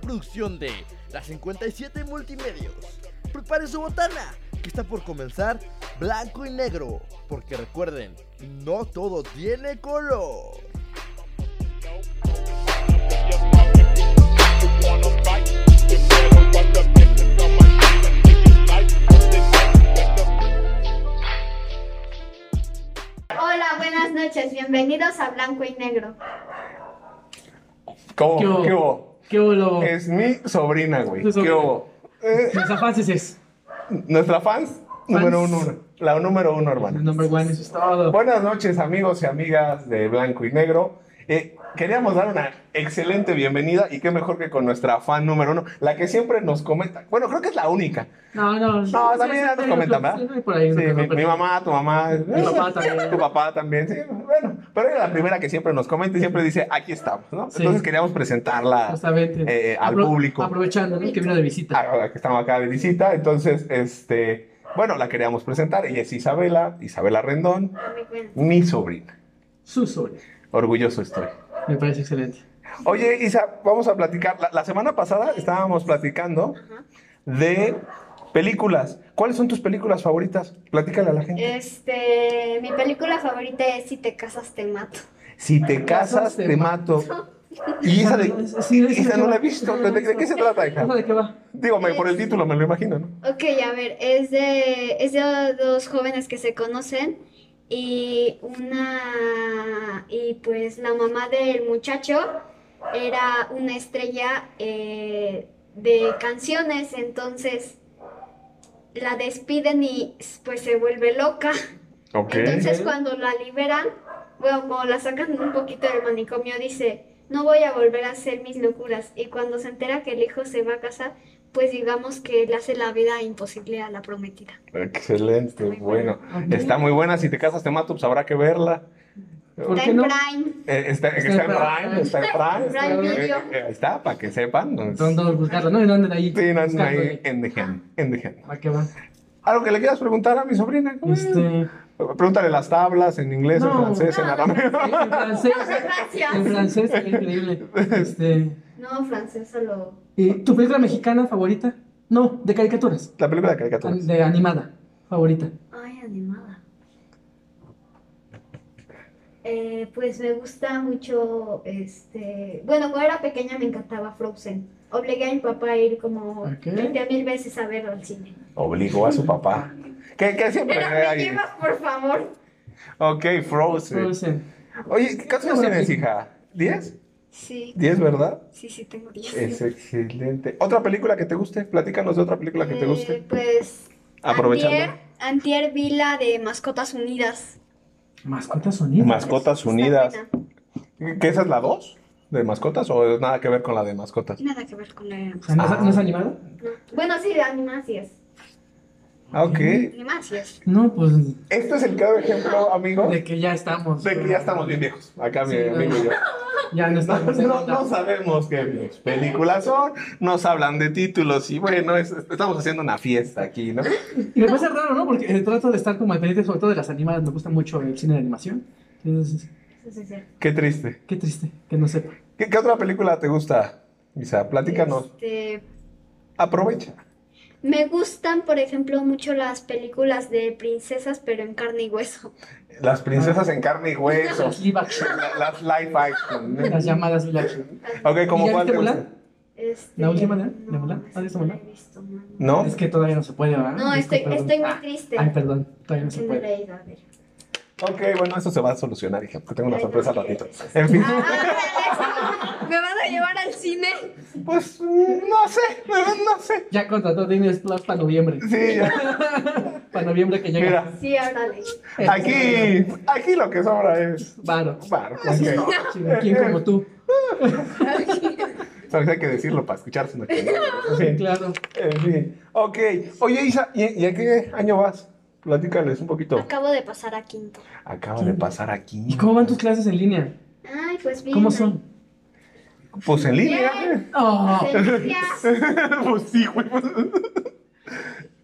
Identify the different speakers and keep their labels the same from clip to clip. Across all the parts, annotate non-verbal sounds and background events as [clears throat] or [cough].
Speaker 1: producción de La 57 Multimedios. Prepare su botana, que está por comenzar blanco y negro, porque recuerden, no todo tiene color.
Speaker 2: Hola, buenas noches, bienvenidos a Blanco y Negro.
Speaker 3: ¿Cómo?
Speaker 4: ¿Qué hubo?
Speaker 3: ¿Qué hubo?
Speaker 4: ¿Qué boludo?
Speaker 3: Es mi sobrina, güey.
Speaker 4: Tu sobrina.
Speaker 3: ¿Qué hubo? Eh,
Speaker 4: Nuestra fans es es.
Speaker 3: nuestra fans, número uno. La número uno, hermana.
Speaker 4: El number one, eso es todo.
Speaker 3: Buenas noches, amigos y amigas de Blanco y Negro. Eh, queríamos dar una excelente bienvenida y qué mejor que con nuestra fan número uno, la que siempre nos comenta. Bueno, creo que es la única.
Speaker 4: No, no.
Speaker 3: No, también ya nos comentan, ¿verdad?
Speaker 4: Sí, por ahí,
Speaker 3: Sí,
Speaker 4: no,
Speaker 3: mi,
Speaker 4: no,
Speaker 3: mi mamá, tu mamá. Eh,
Speaker 4: Mi papá también.
Speaker 3: Tu papá también, sí. Bueno, pero ella es la primera que siempre nos comenta y siempre dice, aquí estamos, ¿no?
Speaker 4: Sí.
Speaker 3: Entonces queríamos presentarla
Speaker 4: Justamente.
Speaker 3: eh, al
Speaker 4: Apro-
Speaker 3: público. Ah.
Speaker 4: Aprovechando, ¿no? Que vino de visita.
Speaker 3: ahora que estamos acá de visita, entonces, este, bueno, la queríamos presentar. Ella es Isabela, Isabela Rendón, mi sobrina.
Speaker 4: Su sobrina.
Speaker 3: Orgulloso estoy.
Speaker 4: Me parece excelente.
Speaker 3: Oye, Isa, vamos a platicar. La, la semana pasada estábamos platicando de películas. ¿Cuáles son tus películas favoritas? Platícale a la gente.
Speaker 2: Este, mi película favorita es Si te casas te mato.
Speaker 3: si te casas, te mato. Y Isa, de,
Speaker 4: Sí, sí, sí,
Speaker 3: Isa
Speaker 4: sí.
Speaker 3: no la he visto. ¿De, de- de qué se trata, hija?
Speaker 4: ¿Eso ¿De qué va?
Speaker 3: Digo, me- por el título me lo imagino, ¿no?
Speaker 2: Ok, a ver, es de, es de dos jóvenes que se conocen y una, y pues la mamá del muchacho era una estrella eh, de canciones, entonces la despiden y pues se vuelve loca.
Speaker 3: Ok.
Speaker 2: Entonces cuando la liberan, bueno, como la sacan un poquito del manicomio, dice, no voy a volver a hacer mis locuras. Y cuando se entera que el hijo se va a casar, pues digamos que le hace la vida imposible a la prometida.
Speaker 3: Excelente,
Speaker 2: Está muy
Speaker 3: bueno.
Speaker 4: buena.
Speaker 3: Está muy buena. Si te casas, te mato, pues habrá que verla.
Speaker 4: ¿Por
Speaker 2: Está
Speaker 4: qué
Speaker 2: en
Speaker 4: no?
Speaker 2: Prime.
Speaker 3: Eh, Está,
Speaker 4: Está
Speaker 3: está en
Speaker 4: en Prime.
Speaker 3: Prime, está en
Speaker 2: Prime
Speaker 3: Prime. está-
Speaker 2: Video.
Speaker 3: eh, eh, ahí está, para que sepan. Entonces,
Speaker 4: ¿Dónde buscarla? ¿No? ¿En dónde ahí?
Speaker 3: sí, no, no,
Speaker 4: buscándole.
Speaker 3: ahí en the hand, en the hand.
Speaker 4: ¿A qué va?
Speaker 3: ¿Algo que le quieras preguntar a mi sobrina?
Speaker 4: Este.
Speaker 3: Pregúntale las tablas en inglés, en
Speaker 4: No,
Speaker 3: francés, en
Speaker 2: no,
Speaker 3: arameo.
Speaker 4: En francés. En
Speaker 2: [laughs] Gracias.
Speaker 4: francés, qué increíble. Este.
Speaker 2: No, francés solo.
Speaker 4: ¿y ¿Tu película mexicana favorita? No, de caricaturas.
Speaker 3: La película de caricaturas.
Speaker 4: De animada. Favorita.
Speaker 2: Ay, animada. Eh, pues me gusta mucho, este, bueno, cuando era pequeña me encantaba Frozen. Obligué a mi papá a ir como
Speaker 4: Ok.
Speaker 2: 20 mil veces a verlo al cine.
Speaker 3: Obligó a su papá. Que, que siempre
Speaker 2: Pero me
Speaker 3: hay-
Speaker 2: llevas, por favor.
Speaker 3: Ok, Frozen.
Speaker 4: Frozen.
Speaker 3: Oye, ¿qué canciones tienes, hija? ¿Diez?
Speaker 2: Sí,
Speaker 3: ¿Diez, verdad?
Speaker 2: sí, sí, tengo 10.
Speaker 3: Es excelente. ¿Otra película que te guste? Platícanos de otra película que te guste.
Speaker 2: Eh, pues,
Speaker 3: Aprovechando.
Speaker 2: Antier, antier vi la de Mascotas Unidas.
Speaker 4: Mascotas unidas.
Speaker 3: Mascotas
Speaker 2: Está
Speaker 3: Unidas.
Speaker 2: buena.
Speaker 3: ¿Qué esa es la 2? ¿De mascotas o es nada que ver con la de mascotas?
Speaker 2: Nada que ver con la de
Speaker 4: O sea, ¿no, es,
Speaker 3: Ah.
Speaker 4: ¿No es animada?
Speaker 2: no. Bueno, sí, de animacias.
Speaker 3: Ah, ok.
Speaker 2: Animacias.
Speaker 4: No, pues
Speaker 3: Este es el claro ejemplo, amigo,
Speaker 4: de que ya estamos.
Speaker 3: de que ya estamos bien viejos. Acá mi
Speaker 4: Sí,
Speaker 3: amigo y yo.
Speaker 4: [laughs] Ya no
Speaker 3: No,
Speaker 4: estamos. en
Speaker 3: no-
Speaker 4: onda.
Speaker 3: no sabemos qué películas son, nos hablan de títulos y bueno, es- estamos haciendo una fiesta aquí, ¿no?
Speaker 4: Y me parece raro, ¿no? Porque eh, trato de estar como al pendiente, sobre todo de las animadas. Me gusta mucho el cine de animación. Entonces,
Speaker 2: Eso sí es cierto.
Speaker 3: Qué triste.
Speaker 4: qué triste que no sepa.
Speaker 3: ¿Qué, qué otra película te gusta, Isa? Platícanos.
Speaker 2: Este,
Speaker 3: Aprovecha.
Speaker 2: me gustan, por ejemplo, mucho las películas de princesas, pero en carne y hueso.
Speaker 3: Las
Speaker 4: Ah.
Speaker 3: princesas en carne y
Speaker 4: [laughs]
Speaker 3: hueso.
Speaker 4: Las live action.
Speaker 3: La- Las live action.
Speaker 4: Las llamadas live action.
Speaker 3: Ok,
Speaker 4: ¿Y
Speaker 3: ¿cómo
Speaker 4: ya
Speaker 3: cuál
Speaker 4: viste
Speaker 3: te gusta?
Speaker 4: Mulan?
Speaker 2: Este,
Speaker 4: ¿La última de- de
Speaker 2: no,
Speaker 4: Mulan?
Speaker 2: esa
Speaker 4: ¿Has visto
Speaker 2: no la
Speaker 4: Mulan?
Speaker 2: he visto, no, no.
Speaker 3: ¿No?
Speaker 4: Es que todavía no se puede, ¿verdad?
Speaker 2: No, estoy,
Speaker 4: Disculpa,
Speaker 2: estoy muy
Speaker 4: perdón. Ah,
Speaker 2: triste.
Speaker 4: Ay, perdón. Todavía no
Speaker 2: que
Speaker 4: se
Speaker 2: no Ah, la
Speaker 4: puede.
Speaker 2: he ido a ver.
Speaker 3: Ok, bueno, eso se va a solucionar, hija, porque tengo una
Speaker 2: Ay, no,
Speaker 3: sorpresa al
Speaker 2: qué
Speaker 3: ratito.
Speaker 2: vergüenza.
Speaker 3: En fin,
Speaker 2: Ah, [laughs] ¿Me vas a llevar al cine?
Speaker 3: pues no sé, no sé.
Speaker 4: Ya contrató Disney Plus para noviembre.
Speaker 3: Sí, ya.
Speaker 4: [laughs] Para noviembre que llega.
Speaker 3: Mira,
Speaker 2: Sí, ándale.
Speaker 3: aquí, aquí lo que sobra es
Speaker 4: Varo.
Speaker 3: barco.
Speaker 4: Así
Speaker 3: ok.
Speaker 4: es, chido. ¿Quién como tú?
Speaker 3: Sabes, hay que decirlo para escucharse. ¿no? En fin,
Speaker 4: [laughs] Claro.
Speaker 3: en fin. Ok, oye Isa, ¿y, y a qué año vas? Platícales un poquito.
Speaker 2: Acabo de pasar a quinto.
Speaker 3: Acaba de pasar aquí.
Speaker 4: ¿Y cómo van tus clases en línea?
Speaker 2: Ay, pues bien.
Speaker 4: ¿Cómo son?
Speaker 3: Pues en línea.
Speaker 4: Oh,
Speaker 2: Felicidades.
Speaker 3: [laughs] pues sí, güey. pues.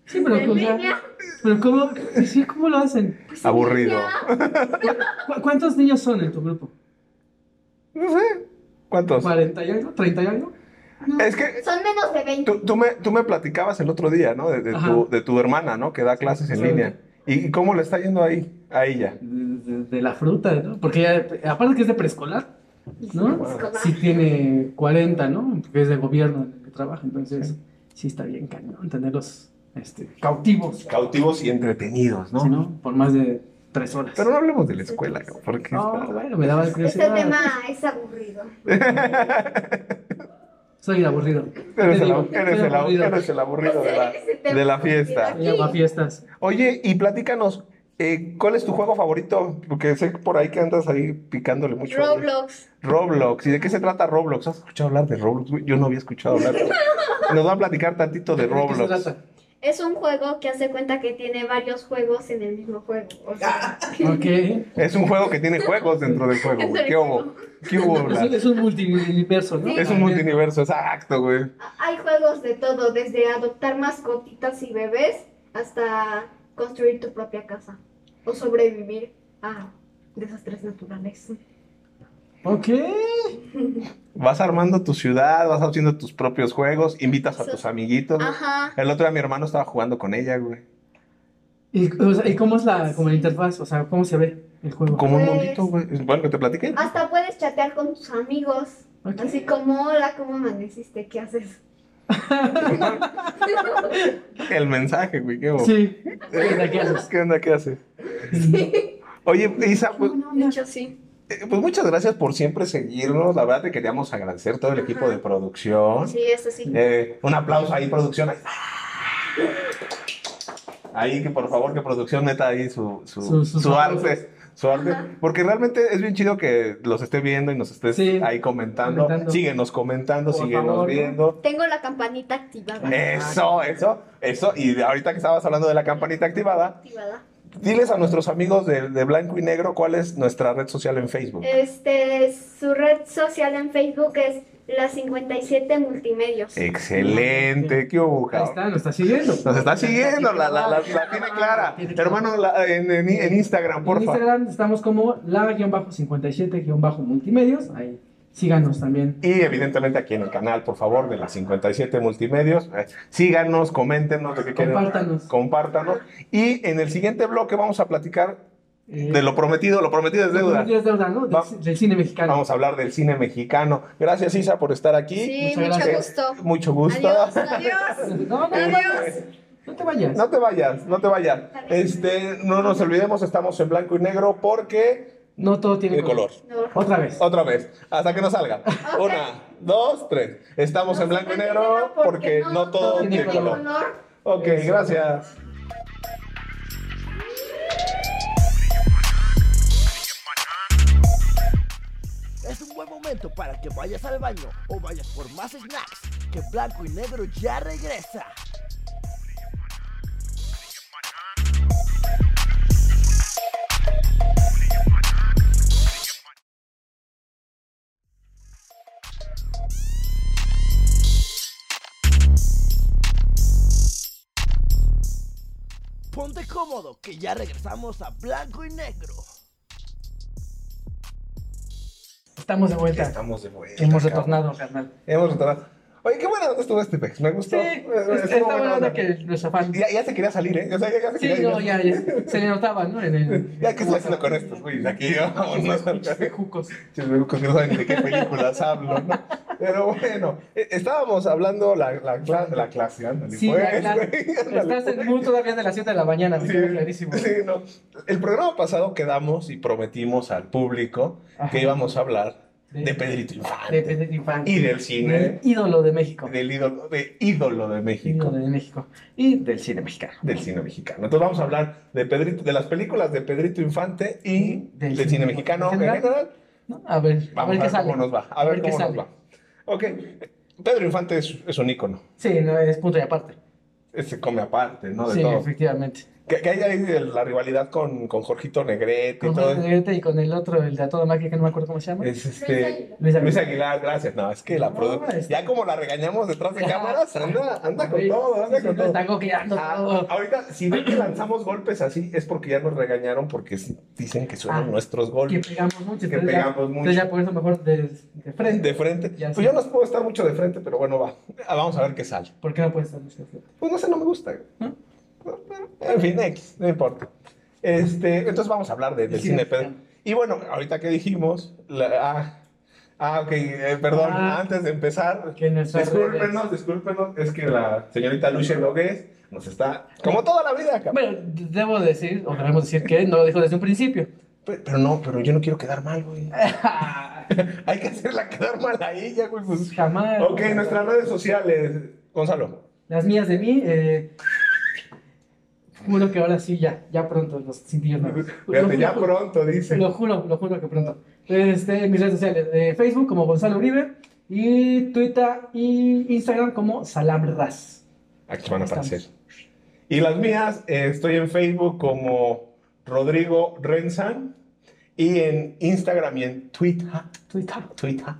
Speaker 4: sí, pero,
Speaker 2: ¿En
Speaker 4: pues, ya-
Speaker 2: línea?
Speaker 4: pero ¿cómo, sí, ¿cómo lo hacen?
Speaker 2: Pues
Speaker 3: Aburrido.
Speaker 4: ¿Cu- ¿Cuántos niños son en tu grupo?
Speaker 3: No sé. ¿Cuántos?
Speaker 4: ¿40 y algo? ¿30 y algo?
Speaker 2: No,
Speaker 3: Es que-
Speaker 2: son menos de 20.
Speaker 3: Tú, tú me, tú me platicabas el otro día, ¿no? De, de
Speaker 4: Ajá.
Speaker 3: tu, de tu hermana, ¿no? Que da clases en
Speaker 4: Sí.
Speaker 3: línea. ¿Y cómo le está yendo ahí? A ella.
Speaker 4: De, de- de la fruta, ¿no? Porque ella, aparte que es de preescolar, ¿no?
Speaker 2: Escolar.
Speaker 4: Sí tiene 40, ¿no? Porque es de gobierno en el que trabaja, entonces sí está bien cañón tenerlos este, cautivos,
Speaker 3: Cautivos y entretenidos,
Speaker 4: ¿no?
Speaker 3: ¿no?
Speaker 4: Por más de tres horas.
Speaker 3: Pero no hablemos de la escuela, ¿no? porque
Speaker 4: No,
Speaker 3: está-
Speaker 4: Oh, bueno, me daba
Speaker 2: Este
Speaker 4: curiosidad.
Speaker 2: tema es aburrido.
Speaker 4: Soy aburrido.
Speaker 3: [laughs] eres,
Speaker 4: Te
Speaker 3: el,
Speaker 4: digo,
Speaker 3: ab- eres
Speaker 4: soy
Speaker 3: el ab-
Speaker 4: aburrido.
Speaker 3: eres el aburrido de la,
Speaker 2: Ese tema
Speaker 3: de la
Speaker 2: es
Speaker 3: fiesta.
Speaker 2: aburrido.
Speaker 4: Soy aguafiestas.
Speaker 3: Oye, y platícanos, eh, ¿cuál es tu juego favorito? Porque sé que por ahí que andas ahí picándole mucho.
Speaker 2: Roblox.
Speaker 3: Roblox. ¿Y de qué se trata Roblox? ¿Has escuchado hablar de Roblox? güey? Yo no había escuchado hablar. Nos va a platicar tantito de
Speaker 4: ¿De qué se
Speaker 3: Roblox.
Speaker 4: trata?
Speaker 2: Es un juego que hace cuenta que tiene varios juegos en el mismo juego. O sea,
Speaker 4: Ok.
Speaker 3: Es un juego
Speaker 2: [laughs]
Speaker 3: que tiene juegos dentro del juego, güey. ¿Qué hubo? ¿Qué hubo,
Speaker 4: Es, un-
Speaker 3: Blas?
Speaker 4: es un multiverso, ¿no?
Speaker 3: Es un multiverso, exacto, güey.
Speaker 2: hay juegos de todo, desde adoptar mascotitas y bebés hasta construir tu propia casa o sobrevivir a desastres naturales.
Speaker 4: Ok.
Speaker 3: Vas armando tu ciudad, vas haciendo tus propios juegos, invitas a tus amiguitos. güey.
Speaker 2: Ajá.
Speaker 3: El otro día mi hermano estaba jugando con ella, güey.
Speaker 4: ¿Y, o sea, ¿y cómo es la, como la interfaz? O sea, ¿cómo se ve el juego?
Speaker 3: Como un
Speaker 2: Pues- ah,
Speaker 3: mundito, güey. Bueno, que te platiquen.
Speaker 2: Hasta puedes chatear con tus amigos.
Speaker 4: Ok.
Speaker 2: Así como, hola, ¿cómo amaneciste? ¿Qué haces?
Speaker 3: El mensaje, güey. ¿Qué hubo?
Speaker 4: Sí. ¿Qué haces?
Speaker 3: [laughs] ¿Qué onda? ¿Qué haces? Oye, Isa, pues,
Speaker 2: De hecho, sí.
Speaker 3: eh, pues muchas gracias por siempre seguirnos. La verdad te queríamos agradecer todo el equipo de producción.
Speaker 2: Sí, eso sí.
Speaker 3: Eh, un aplauso ahí, producción. Ahí que por favor que producción meta ahí su, su,
Speaker 4: Su- sus
Speaker 3: su
Speaker 4: aplausos.
Speaker 3: arte. Su arte. Porque realmente es bien chido que los esté viendo y nos estés
Speaker 4: Sí,
Speaker 3: ahí comentando.
Speaker 4: comentando.
Speaker 3: Síguenos comentando,
Speaker 4: Por
Speaker 3: síguenos
Speaker 4: favor, ¿no?
Speaker 3: viendo.
Speaker 2: Tengo la campanita activada.
Speaker 3: Eso, eso, eso. Y de ahorita que estabas hablando de la campanita activada,
Speaker 2: Activada.
Speaker 3: diles a nuestros amigos de, de Blanco y Negro cuál es nuestra red social en Facebook.
Speaker 2: Este, su red social en Facebook es la 57 Multimedios.
Speaker 3: Excelente, qué hubo,
Speaker 4: Ahí
Speaker 3: cabrón?
Speaker 4: está, nos está siguiendo.
Speaker 3: Nos está siguiendo, la, la, la, la tiene clara. Hermano, la- en, en- en Instagram,
Speaker 4: En
Speaker 3: porfa.
Speaker 4: Instagram estamos como la-57-multimedios. Ahí síganos también.
Speaker 3: Y evidentemente aquí en el canal, por favor, de las 57 Multimedios. Eh, Síganos, coméntenos de qué quieren.
Speaker 4: Compártanos.
Speaker 3: Compártanos. Y en el siguiente bloque vamos a platicar
Speaker 4: Eh,
Speaker 3: de lo prometido, lo prometido es deuda.
Speaker 4: de deuda, ¿no? Del-
Speaker 3: Va-
Speaker 4: del cine mexicano.
Speaker 3: Vamos a hablar del cine mexicano. Gracias, Isa, por estar aquí.
Speaker 2: Sí,
Speaker 4: Muchas
Speaker 2: mucho
Speaker 4: gracias.
Speaker 2: gusto.
Speaker 3: Mucho gusto.
Speaker 2: Adiós, adiós.
Speaker 4: No, no, no,
Speaker 2: Adiós.
Speaker 4: no te vayas.
Speaker 3: [laughs] No te vayas, no te vayas. Este, no nos olvidemos, estamos en blanco y negro porque
Speaker 4: No todo tiene
Speaker 3: el color.
Speaker 2: No.
Speaker 4: Otra vez.
Speaker 3: Otra vez, hasta que no salga. Una, dos, tres. Estamos en blanco y negro porque no todo tiene color. Ok, gracias.
Speaker 1: Es un buen momento para que vayas al baño o vayas por más snacks, que Blanco y Negro ya regresa. Ponte cómodo, que ya regresamos a Blanco y Negro.
Speaker 4: Estamos de vuelta.
Speaker 3: Estamos de vuelta.
Speaker 4: Hemos
Speaker 3: cabrón.
Speaker 4: retornado, carnal.
Speaker 3: Hemos retornado. Oye, qué buena onda estuvo este pex. Me
Speaker 4: Sí,
Speaker 3: gustó. Eh, estuvo
Speaker 4: es- está
Speaker 3: buena
Speaker 4: buena onda
Speaker 3: onda.
Speaker 4: que nuestro fan.
Speaker 3: Ya, ya se quería salir, ¿eh? Ya se, ya se
Speaker 4: Sí,
Speaker 3: quería ir.
Speaker 4: no, ya, ya. Se le notaba, ¿no? En Ah, el,
Speaker 3: Ya, ¿qué estoy haciendo con estos güeyes? [laughs] Aquí vámonos.
Speaker 4: Pinches bejucos.
Speaker 3: Yo no saben ni de qué películas hablo, ¿no? Pero bueno, eh, estábamos hablando la, la, cla- la clase, ándale,
Speaker 4: Sí,
Speaker 3: pues,
Speaker 4: ya, claro.
Speaker 3: güey, ándale,
Speaker 4: Estás en
Speaker 3: pues.
Speaker 4: mood todavía de las 7 de la mañana, me
Speaker 3: Sí,
Speaker 4: queda clarísimo.
Speaker 3: sí, no. El programa pasado quedamos y prometimos al público
Speaker 4: Ajá.
Speaker 3: que íbamos a hablar de,
Speaker 4: De-
Speaker 3: Pedrito Infante
Speaker 4: De Pedrito Infante.
Speaker 3: y del
Speaker 4: Del
Speaker 3: cine,
Speaker 4: ídolo de México.
Speaker 3: del ídolo, de ídolo de México,
Speaker 4: Ídolo de México. Y del cine mexicano.
Speaker 3: del cine mexicano. Entonces vamos a hablar de Pedrito, de las películas de Pedrito Infante y del, cine, mexicano en general.
Speaker 4: ¿no? A ver, a
Speaker 3: Vamos
Speaker 4: ver qué sale.
Speaker 3: cómo nos va. A ver,
Speaker 4: qué
Speaker 3: cómo nos
Speaker 4: sale.
Speaker 3: va. Ok. Pedro Infante es, es un ícono.
Speaker 4: Sí, no, es punto y aparte.
Speaker 3: Se come aparte, ¿no? De
Speaker 4: sí,
Speaker 3: todo.
Speaker 4: efectivamente.
Speaker 3: Que, que hay ahí la rivalidad con, con Jorgito Negrete y
Speaker 4: Con
Speaker 3: todo.
Speaker 4: Jorge Negrete y con el otro, el de a toda máquina, que no me acuerdo cómo se llama.
Speaker 3: Es
Speaker 2: Pues
Speaker 3: este.
Speaker 4: Luis Aguilar.
Speaker 3: Luis Aguilar, gracias. No, es que la
Speaker 4: No,
Speaker 3: produ-
Speaker 4: es-
Speaker 3: Ya como la regañamos detrás de
Speaker 4: Ya.
Speaker 3: cámaras, anda, anda con
Speaker 4: Sí,
Speaker 3: todo, anda
Speaker 4: sí,
Speaker 3: con
Speaker 4: nos
Speaker 3: todo.
Speaker 4: Está coqueando
Speaker 3: Ah,
Speaker 4: todo.
Speaker 3: ahorita, si ven que lanzamos golpes así, es porque ya nos regañaron porque s- dicen que suenan
Speaker 4: Ah,
Speaker 3: nuestros
Speaker 4: Que
Speaker 3: golpes.
Speaker 4: pegamos mucho.
Speaker 3: Que,
Speaker 4: entonces ya-
Speaker 3: pegamos mucho.
Speaker 4: Entonces ya por eso mejor de, de frente.
Speaker 3: De frente.
Speaker 4: Ya
Speaker 3: Pues
Speaker 4: sí.
Speaker 3: yo no puedo estar mucho de frente, pero bueno, va. Ah, Vamos a ver qué sale.
Speaker 4: ¿Por qué no puedes estar mucho de frente?
Speaker 3: Pues no sé, no me gusta. güey.
Speaker 4: ¿No?
Speaker 3: En fin, X, no importa. Este, entonces vamos a hablar de- del
Speaker 4: Sí,
Speaker 3: cine
Speaker 4: sí.
Speaker 3: pedo. Y bueno, ahorita que dijimos, la- ah, ah, ok, eh, perdón,
Speaker 4: Ah.
Speaker 3: antes de empezar,
Speaker 4: Que en nuestras redes-
Speaker 3: discúlpenos, discúlpenos, es que la señorita Lucia Nogués nos está, como toda la vida, cabrón.
Speaker 4: Bueno, debo decir, o debemos decir que no lo dijo desde un principio.
Speaker 3: Pe- Pero no, pero yo no quiero quedar mal,
Speaker 4: [laughs]
Speaker 3: güey. Hay que hacerla quedar mal a ella, güey. pues.
Speaker 4: Jamás.
Speaker 3: Ok, nuestras redes sociales, Gonzalo.
Speaker 4: Las mías de mí, eh, juro que ahora sí, ya, ya pronto los cintillos nuevos.
Speaker 3: [laughs] Fíjate, ya
Speaker 4: Lo juro,
Speaker 3: pronto, dice.
Speaker 4: Lo juro, lo juro que pronto. Este, en mis redes sociales, eh, Facebook como Gonzalo Uribe y Twitter y Instagram como Salamras.
Speaker 3: Aquí van a
Speaker 4: Estamos.
Speaker 3: aparecer. Y las mías, eh, estoy en Facebook como Rodrigo Renzan y en Instagram y en Twitter,
Speaker 4: Twitter.
Speaker 3: Twitter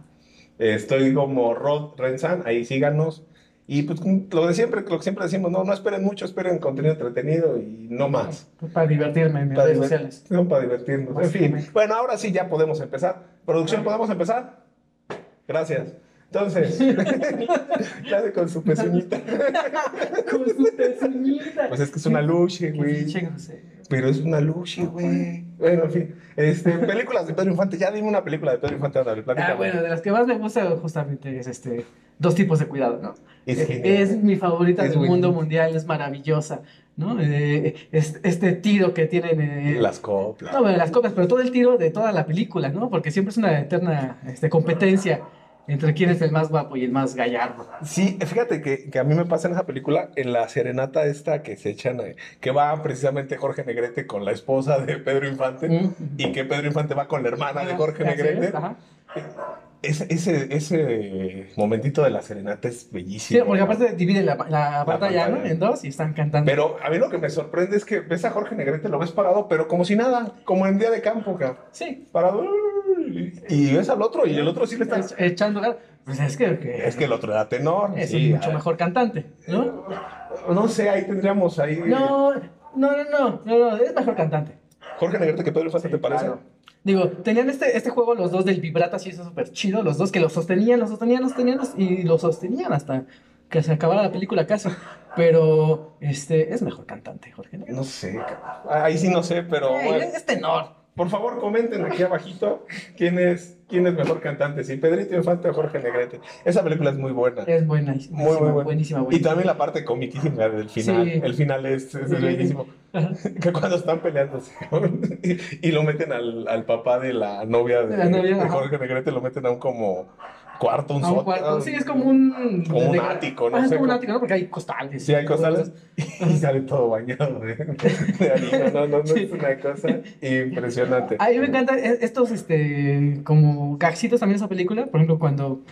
Speaker 3: eh, estoy como Rod Renzan, ahí síganos. Y pues como lo de siempre, lo que siempre decimos, no, no esperen mucho, esperen contenido entretenido y no más.
Speaker 4: Pues Para divertirme en mis
Speaker 3: Para
Speaker 4: redes
Speaker 3: diver- [laughs]
Speaker 4: sociales.
Speaker 3: No para divertirnos. En fin, bueno, ahora sí ya podemos empezar. Producción, ¿podemos empezar? Gracias.
Speaker 4: [laughs]
Speaker 3: Entonces, [laughs] la de con su pezuñita.
Speaker 4: Con su pezuñita.
Speaker 3: Pues es que es una luche, güey. Pues,
Speaker 4: Pinche grosero.
Speaker 3: Pero es una lucha, güey. Bueno, en fin. Este, películas de Pedro Infante. Ya dime una película de Pedro Infante, ándale, platícame.
Speaker 4: Ah, bueno, de las que más me gusta justamente es este dos tipos de cuidado, ¿no?
Speaker 3: Es
Speaker 4: Eh,
Speaker 3: genial.
Speaker 4: es mi favorita
Speaker 3: Es
Speaker 4: del
Speaker 3: buenísima.
Speaker 4: mundo mundial, es maravillosa, ¿no? Eh, es- este tiro que tienen... eh,
Speaker 3: Las coplas.
Speaker 4: No, bueno, las copias, pero todo el tiro de toda la película, ¿no? Porque siempre es una eterna este, competencia entre quién es el más guapo y el más gallardo.
Speaker 3: Sí, fíjate que, que a mí me pasa en esa película, en la serenata esta que se echan, eh, que va precisamente Jorge Negrete con la esposa de Pedro Infante y que Pedro Infante va con la hermana de Jorge
Speaker 4: Mm. Así es,
Speaker 3: Negrete.
Speaker 4: ajá.
Speaker 3: Ese, ese, ese momentito de la serenata es
Speaker 4: Sí,
Speaker 3: bellísimo.
Speaker 4: porque aparte dividen la, la pantalla, ¿no?
Speaker 3: pantalla.
Speaker 4: En dos y están cantando.
Speaker 3: Pero a mí lo que me sorprende es que ves a Jorge Negrete, lo ves parado, pero como si nada, como en día de campo, cabrón.
Speaker 4: sí,
Speaker 3: parado y y ves al otro y el otro sí le está
Speaker 4: e- echando ganas. Pues es que, que
Speaker 3: es que el otro era tenor
Speaker 4: es
Speaker 3: sí,
Speaker 4: un mucho
Speaker 3: ah,
Speaker 4: mejor cantante, ¿no?
Speaker 3: no sé ahí tendríamos ahí
Speaker 4: No, no, no, no, no, no, es mejor cantante.
Speaker 3: Jorge Negrete que Pedro Infante
Speaker 4: Sí,
Speaker 3: te parece
Speaker 4: claro. Digo, tenían este, este juego los dos del vibrato así, eso súper chido, los dos que lo sostenían, lo sostenían, lo sostenían los- y lo sostenían hasta que se acabara la película casi. Pero este es mejor cantante, Jorge. ¿no?
Speaker 3: no sé cabrón. ahí sí no sé pero
Speaker 4: Ey,
Speaker 3: bueno.
Speaker 4: es tenor.
Speaker 3: por favor comenten aquí abajito quién es quién es mejor cantante si Pedrito Infante o Jorge Negrete esa película es muy buena
Speaker 4: Es buena, buenísima,
Speaker 3: muy buena.
Speaker 4: buenísima,
Speaker 3: y
Speaker 4: buenísima.
Speaker 3: también la parte comiquísima del final.
Speaker 4: Sí.
Speaker 3: El final es, es
Speaker 4: Sí. [laughs]
Speaker 3: bellísimo.
Speaker 4: Ajá.
Speaker 3: Que cuando están peleándose cabrón, y, y lo meten al, al papá de la novia de,
Speaker 4: De la novia,
Speaker 3: de
Speaker 4: ajá.
Speaker 3: Jorge Negrete, lo meten a un como cuarto, un
Speaker 4: A un
Speaker 3: sótano.
Speaker 4: cuarto. Sí, es como un.
Speaker 3: ah, Como un
Speaker 4: de-
Speaker 3: ático, no
Speaker 4: Ah, es
Speaker 3: sé
Speaker 4: como un
Speaker 3: cómo.
Speaker 4: ático, ¿no? Porque hay costales.
Speaker 3: Sí, hay costales. Y sale todo bañado de, de harina. No, no, no,
Speaker 4: Sí.
Speaker 3: es una cosa impresionante.
Speaker 4: A mí me encantan e- estos, este, como gagsitos también de esa película. Por ejemplo, cuando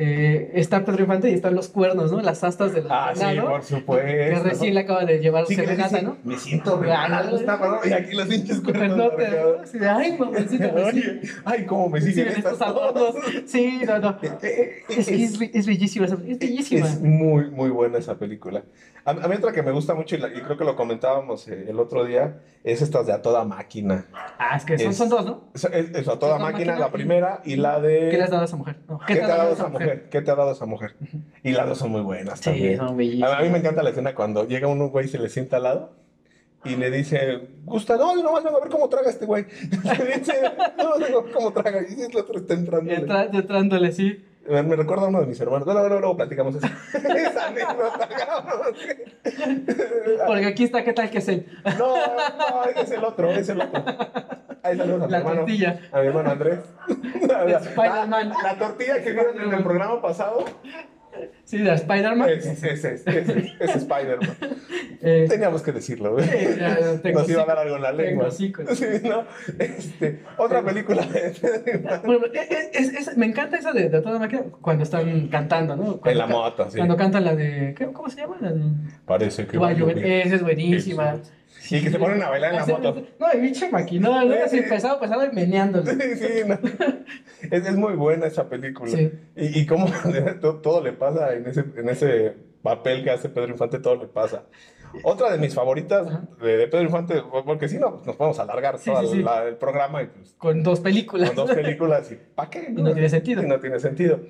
Speaker 4: eh, está Pedro Infante y están los cuernos, ¿no? Las astas del
Speaker 3: Ah, sí,
Speaker 4: venado,
Speaker 3: por
Speaker 4: que
Speaker 3: supuesto.
Speaker 4: recién le acaba de llevar
Speaker 3: Sí, que le
Speaker 4: serenata,
Speaker 3: dicen, [laughs]
Speaker 4: ¿no?
Speaker 3: Me siento
Speaker 4: Ah,
Speaker 3: real, está parado, Y aquí los pinches cuernos
Speaker 4: No te-
Speaker 3: marcados.
Speaker 4: así de, Ay, mamacita,
Speaker 3: [laughs]
Speaker 4: me
Speaker 3: Oye, ay, cómo me siguen
Speaker 4: siguen
Speaker 3: estas
Speaker 4: estos
Speaker 3: cosas.
Speaker 4: adornos. Sí,
Speaker 3: [laughs]
Speaker 4: no, no.
Speaker 3: Eh, eh, eh,
Speaker 4: Es que es, be- es bellísima esa Es bellísima.
Speaker 3: Es muy, muy buena esa película. A, a mí otra que me gusta mucho, y, la- y creo que lo comentábamos eh, el otro día, es estas de A Toda Máquina.
Speaker 4: Ah, es que son,
Speaker 3: es-
Speaker 4: son dos, ¿no?
Speaker 3: Es, es- es A Toda
Speaker 4: Toda
Speaker 3: Máquina,
Speaker 4: Máquina
Speaker 3: la
Speaker 4: y-
Speaker 3: primera, y la de...
Speaker 4: ¿Qué le has dado a esa mujer? No,
Speaker 3: ¿Qué te ha dado esa mujer? ¿Qué te ha dado esa mujer? Y las dos son muy buenas
Speaker 4: Sí,
Speaker 3: también. A,
Speaker 4: son
Speaker 3: a mí
Speaker 4: bellísimas.
Speaker 3: me encanta la escena cuando llega un güey y se le sienta al lado y le dice, gusta, no, yo nomás vengo a ver cómo traga este güey. [laughs] Le dice, no, vengo a ver cómo traga. Y el otro está entrando.
Speaker 4: Entra- Entrándole, sí.
Speaker 3: Me, me recuerda a uno de mis hermanos. Luego, luego, luego platicamos esa, [laughs] esa anécdota, cabrón.
Speaker 4: Porque aquí está, ¿qué tal que es él?
Speaker 3: No, no, es el otro, es el otro. Ahí saludos a mi
Speaker 4: La
Speaker 3: hermano.
Speaker 4: tortilla.
Speaker 3: A mi hermano
Speaker 4: [laughs]
Speaker 3: Andrés.
Speaker 4: Spider-Man.
Speaker 3: Ah, La tortilla que vieron en el programa pasado
Speaker 4: Sí, de Spider-Man.
Speaker 3: es, es, es, es, es Spider-Man.
Speaker 4: Eh,
Speaker 3: Teníamos que decirlo, güey.
Speaker 4: Sí, ya, tengo
Speaker 3: Nos iba a
Speaker 4: hocico.
Speaker 3: dar algo en la
Speaker 4: Tengo
Speaker 3: lengua.
Speaker 4: hocico.
Speaker 3: Sí, ¿no? Este, otra película de Pedro Infante.
Speaker 4: Bueno, es- es- es- me encanta esa de, de toda máquina cuando están cantando, ¿no? Cuando,
Speaker 3: En la
Speaker 4: ca-
Speaker 3: moto, sí.
Speaker 4: Cuando cantan la de. ¿qué- ¿Cómo se llama? La de.
Speaker 3: Parece que
Speaker 4: Va a
Speaker 3: va a
Speaker 4: llover.
Speaker 3: llover.
Speaker 4: Esa es buenísima.
Speaker 3: Y que se ponen a bailar en la
Speaker 4: Así,
Speaker 3: moto.
Speaker 4: No, y pinche maquinada, ¿no?
Speaker 3: Sí,
Speaker 4: Así
Speaker 3: sí.
Speaker 4: pesado, pesado y meneándolo.
Speaker 3: Sí, sí,
Speaker 4: [laughs]
Speaker 3: no. es, es muy buena esa película.
Speaker 4: Sí.
Speaker 3: Y, y cómo [laughs] to- todo le pasa en ese, en ese papel que hace Pedro Infante, todo le pasa. Otra de mis
Speaker 4: Ajá.
Speaker 3: favoritas de, de Pedro Infante, porque si no, nos podemos alargar
Speaker 4: Sí,
Speaker 3: todo
Speaker 4: sí, sí.
Speaker 3: el programa y pues,
Speaker 4: Con dos películas.
Speaker 3: con dos películas y ¿pa' qué?
Speaker 4: Y no tiene sentido.
Speaker 3: Y no tiene sentido.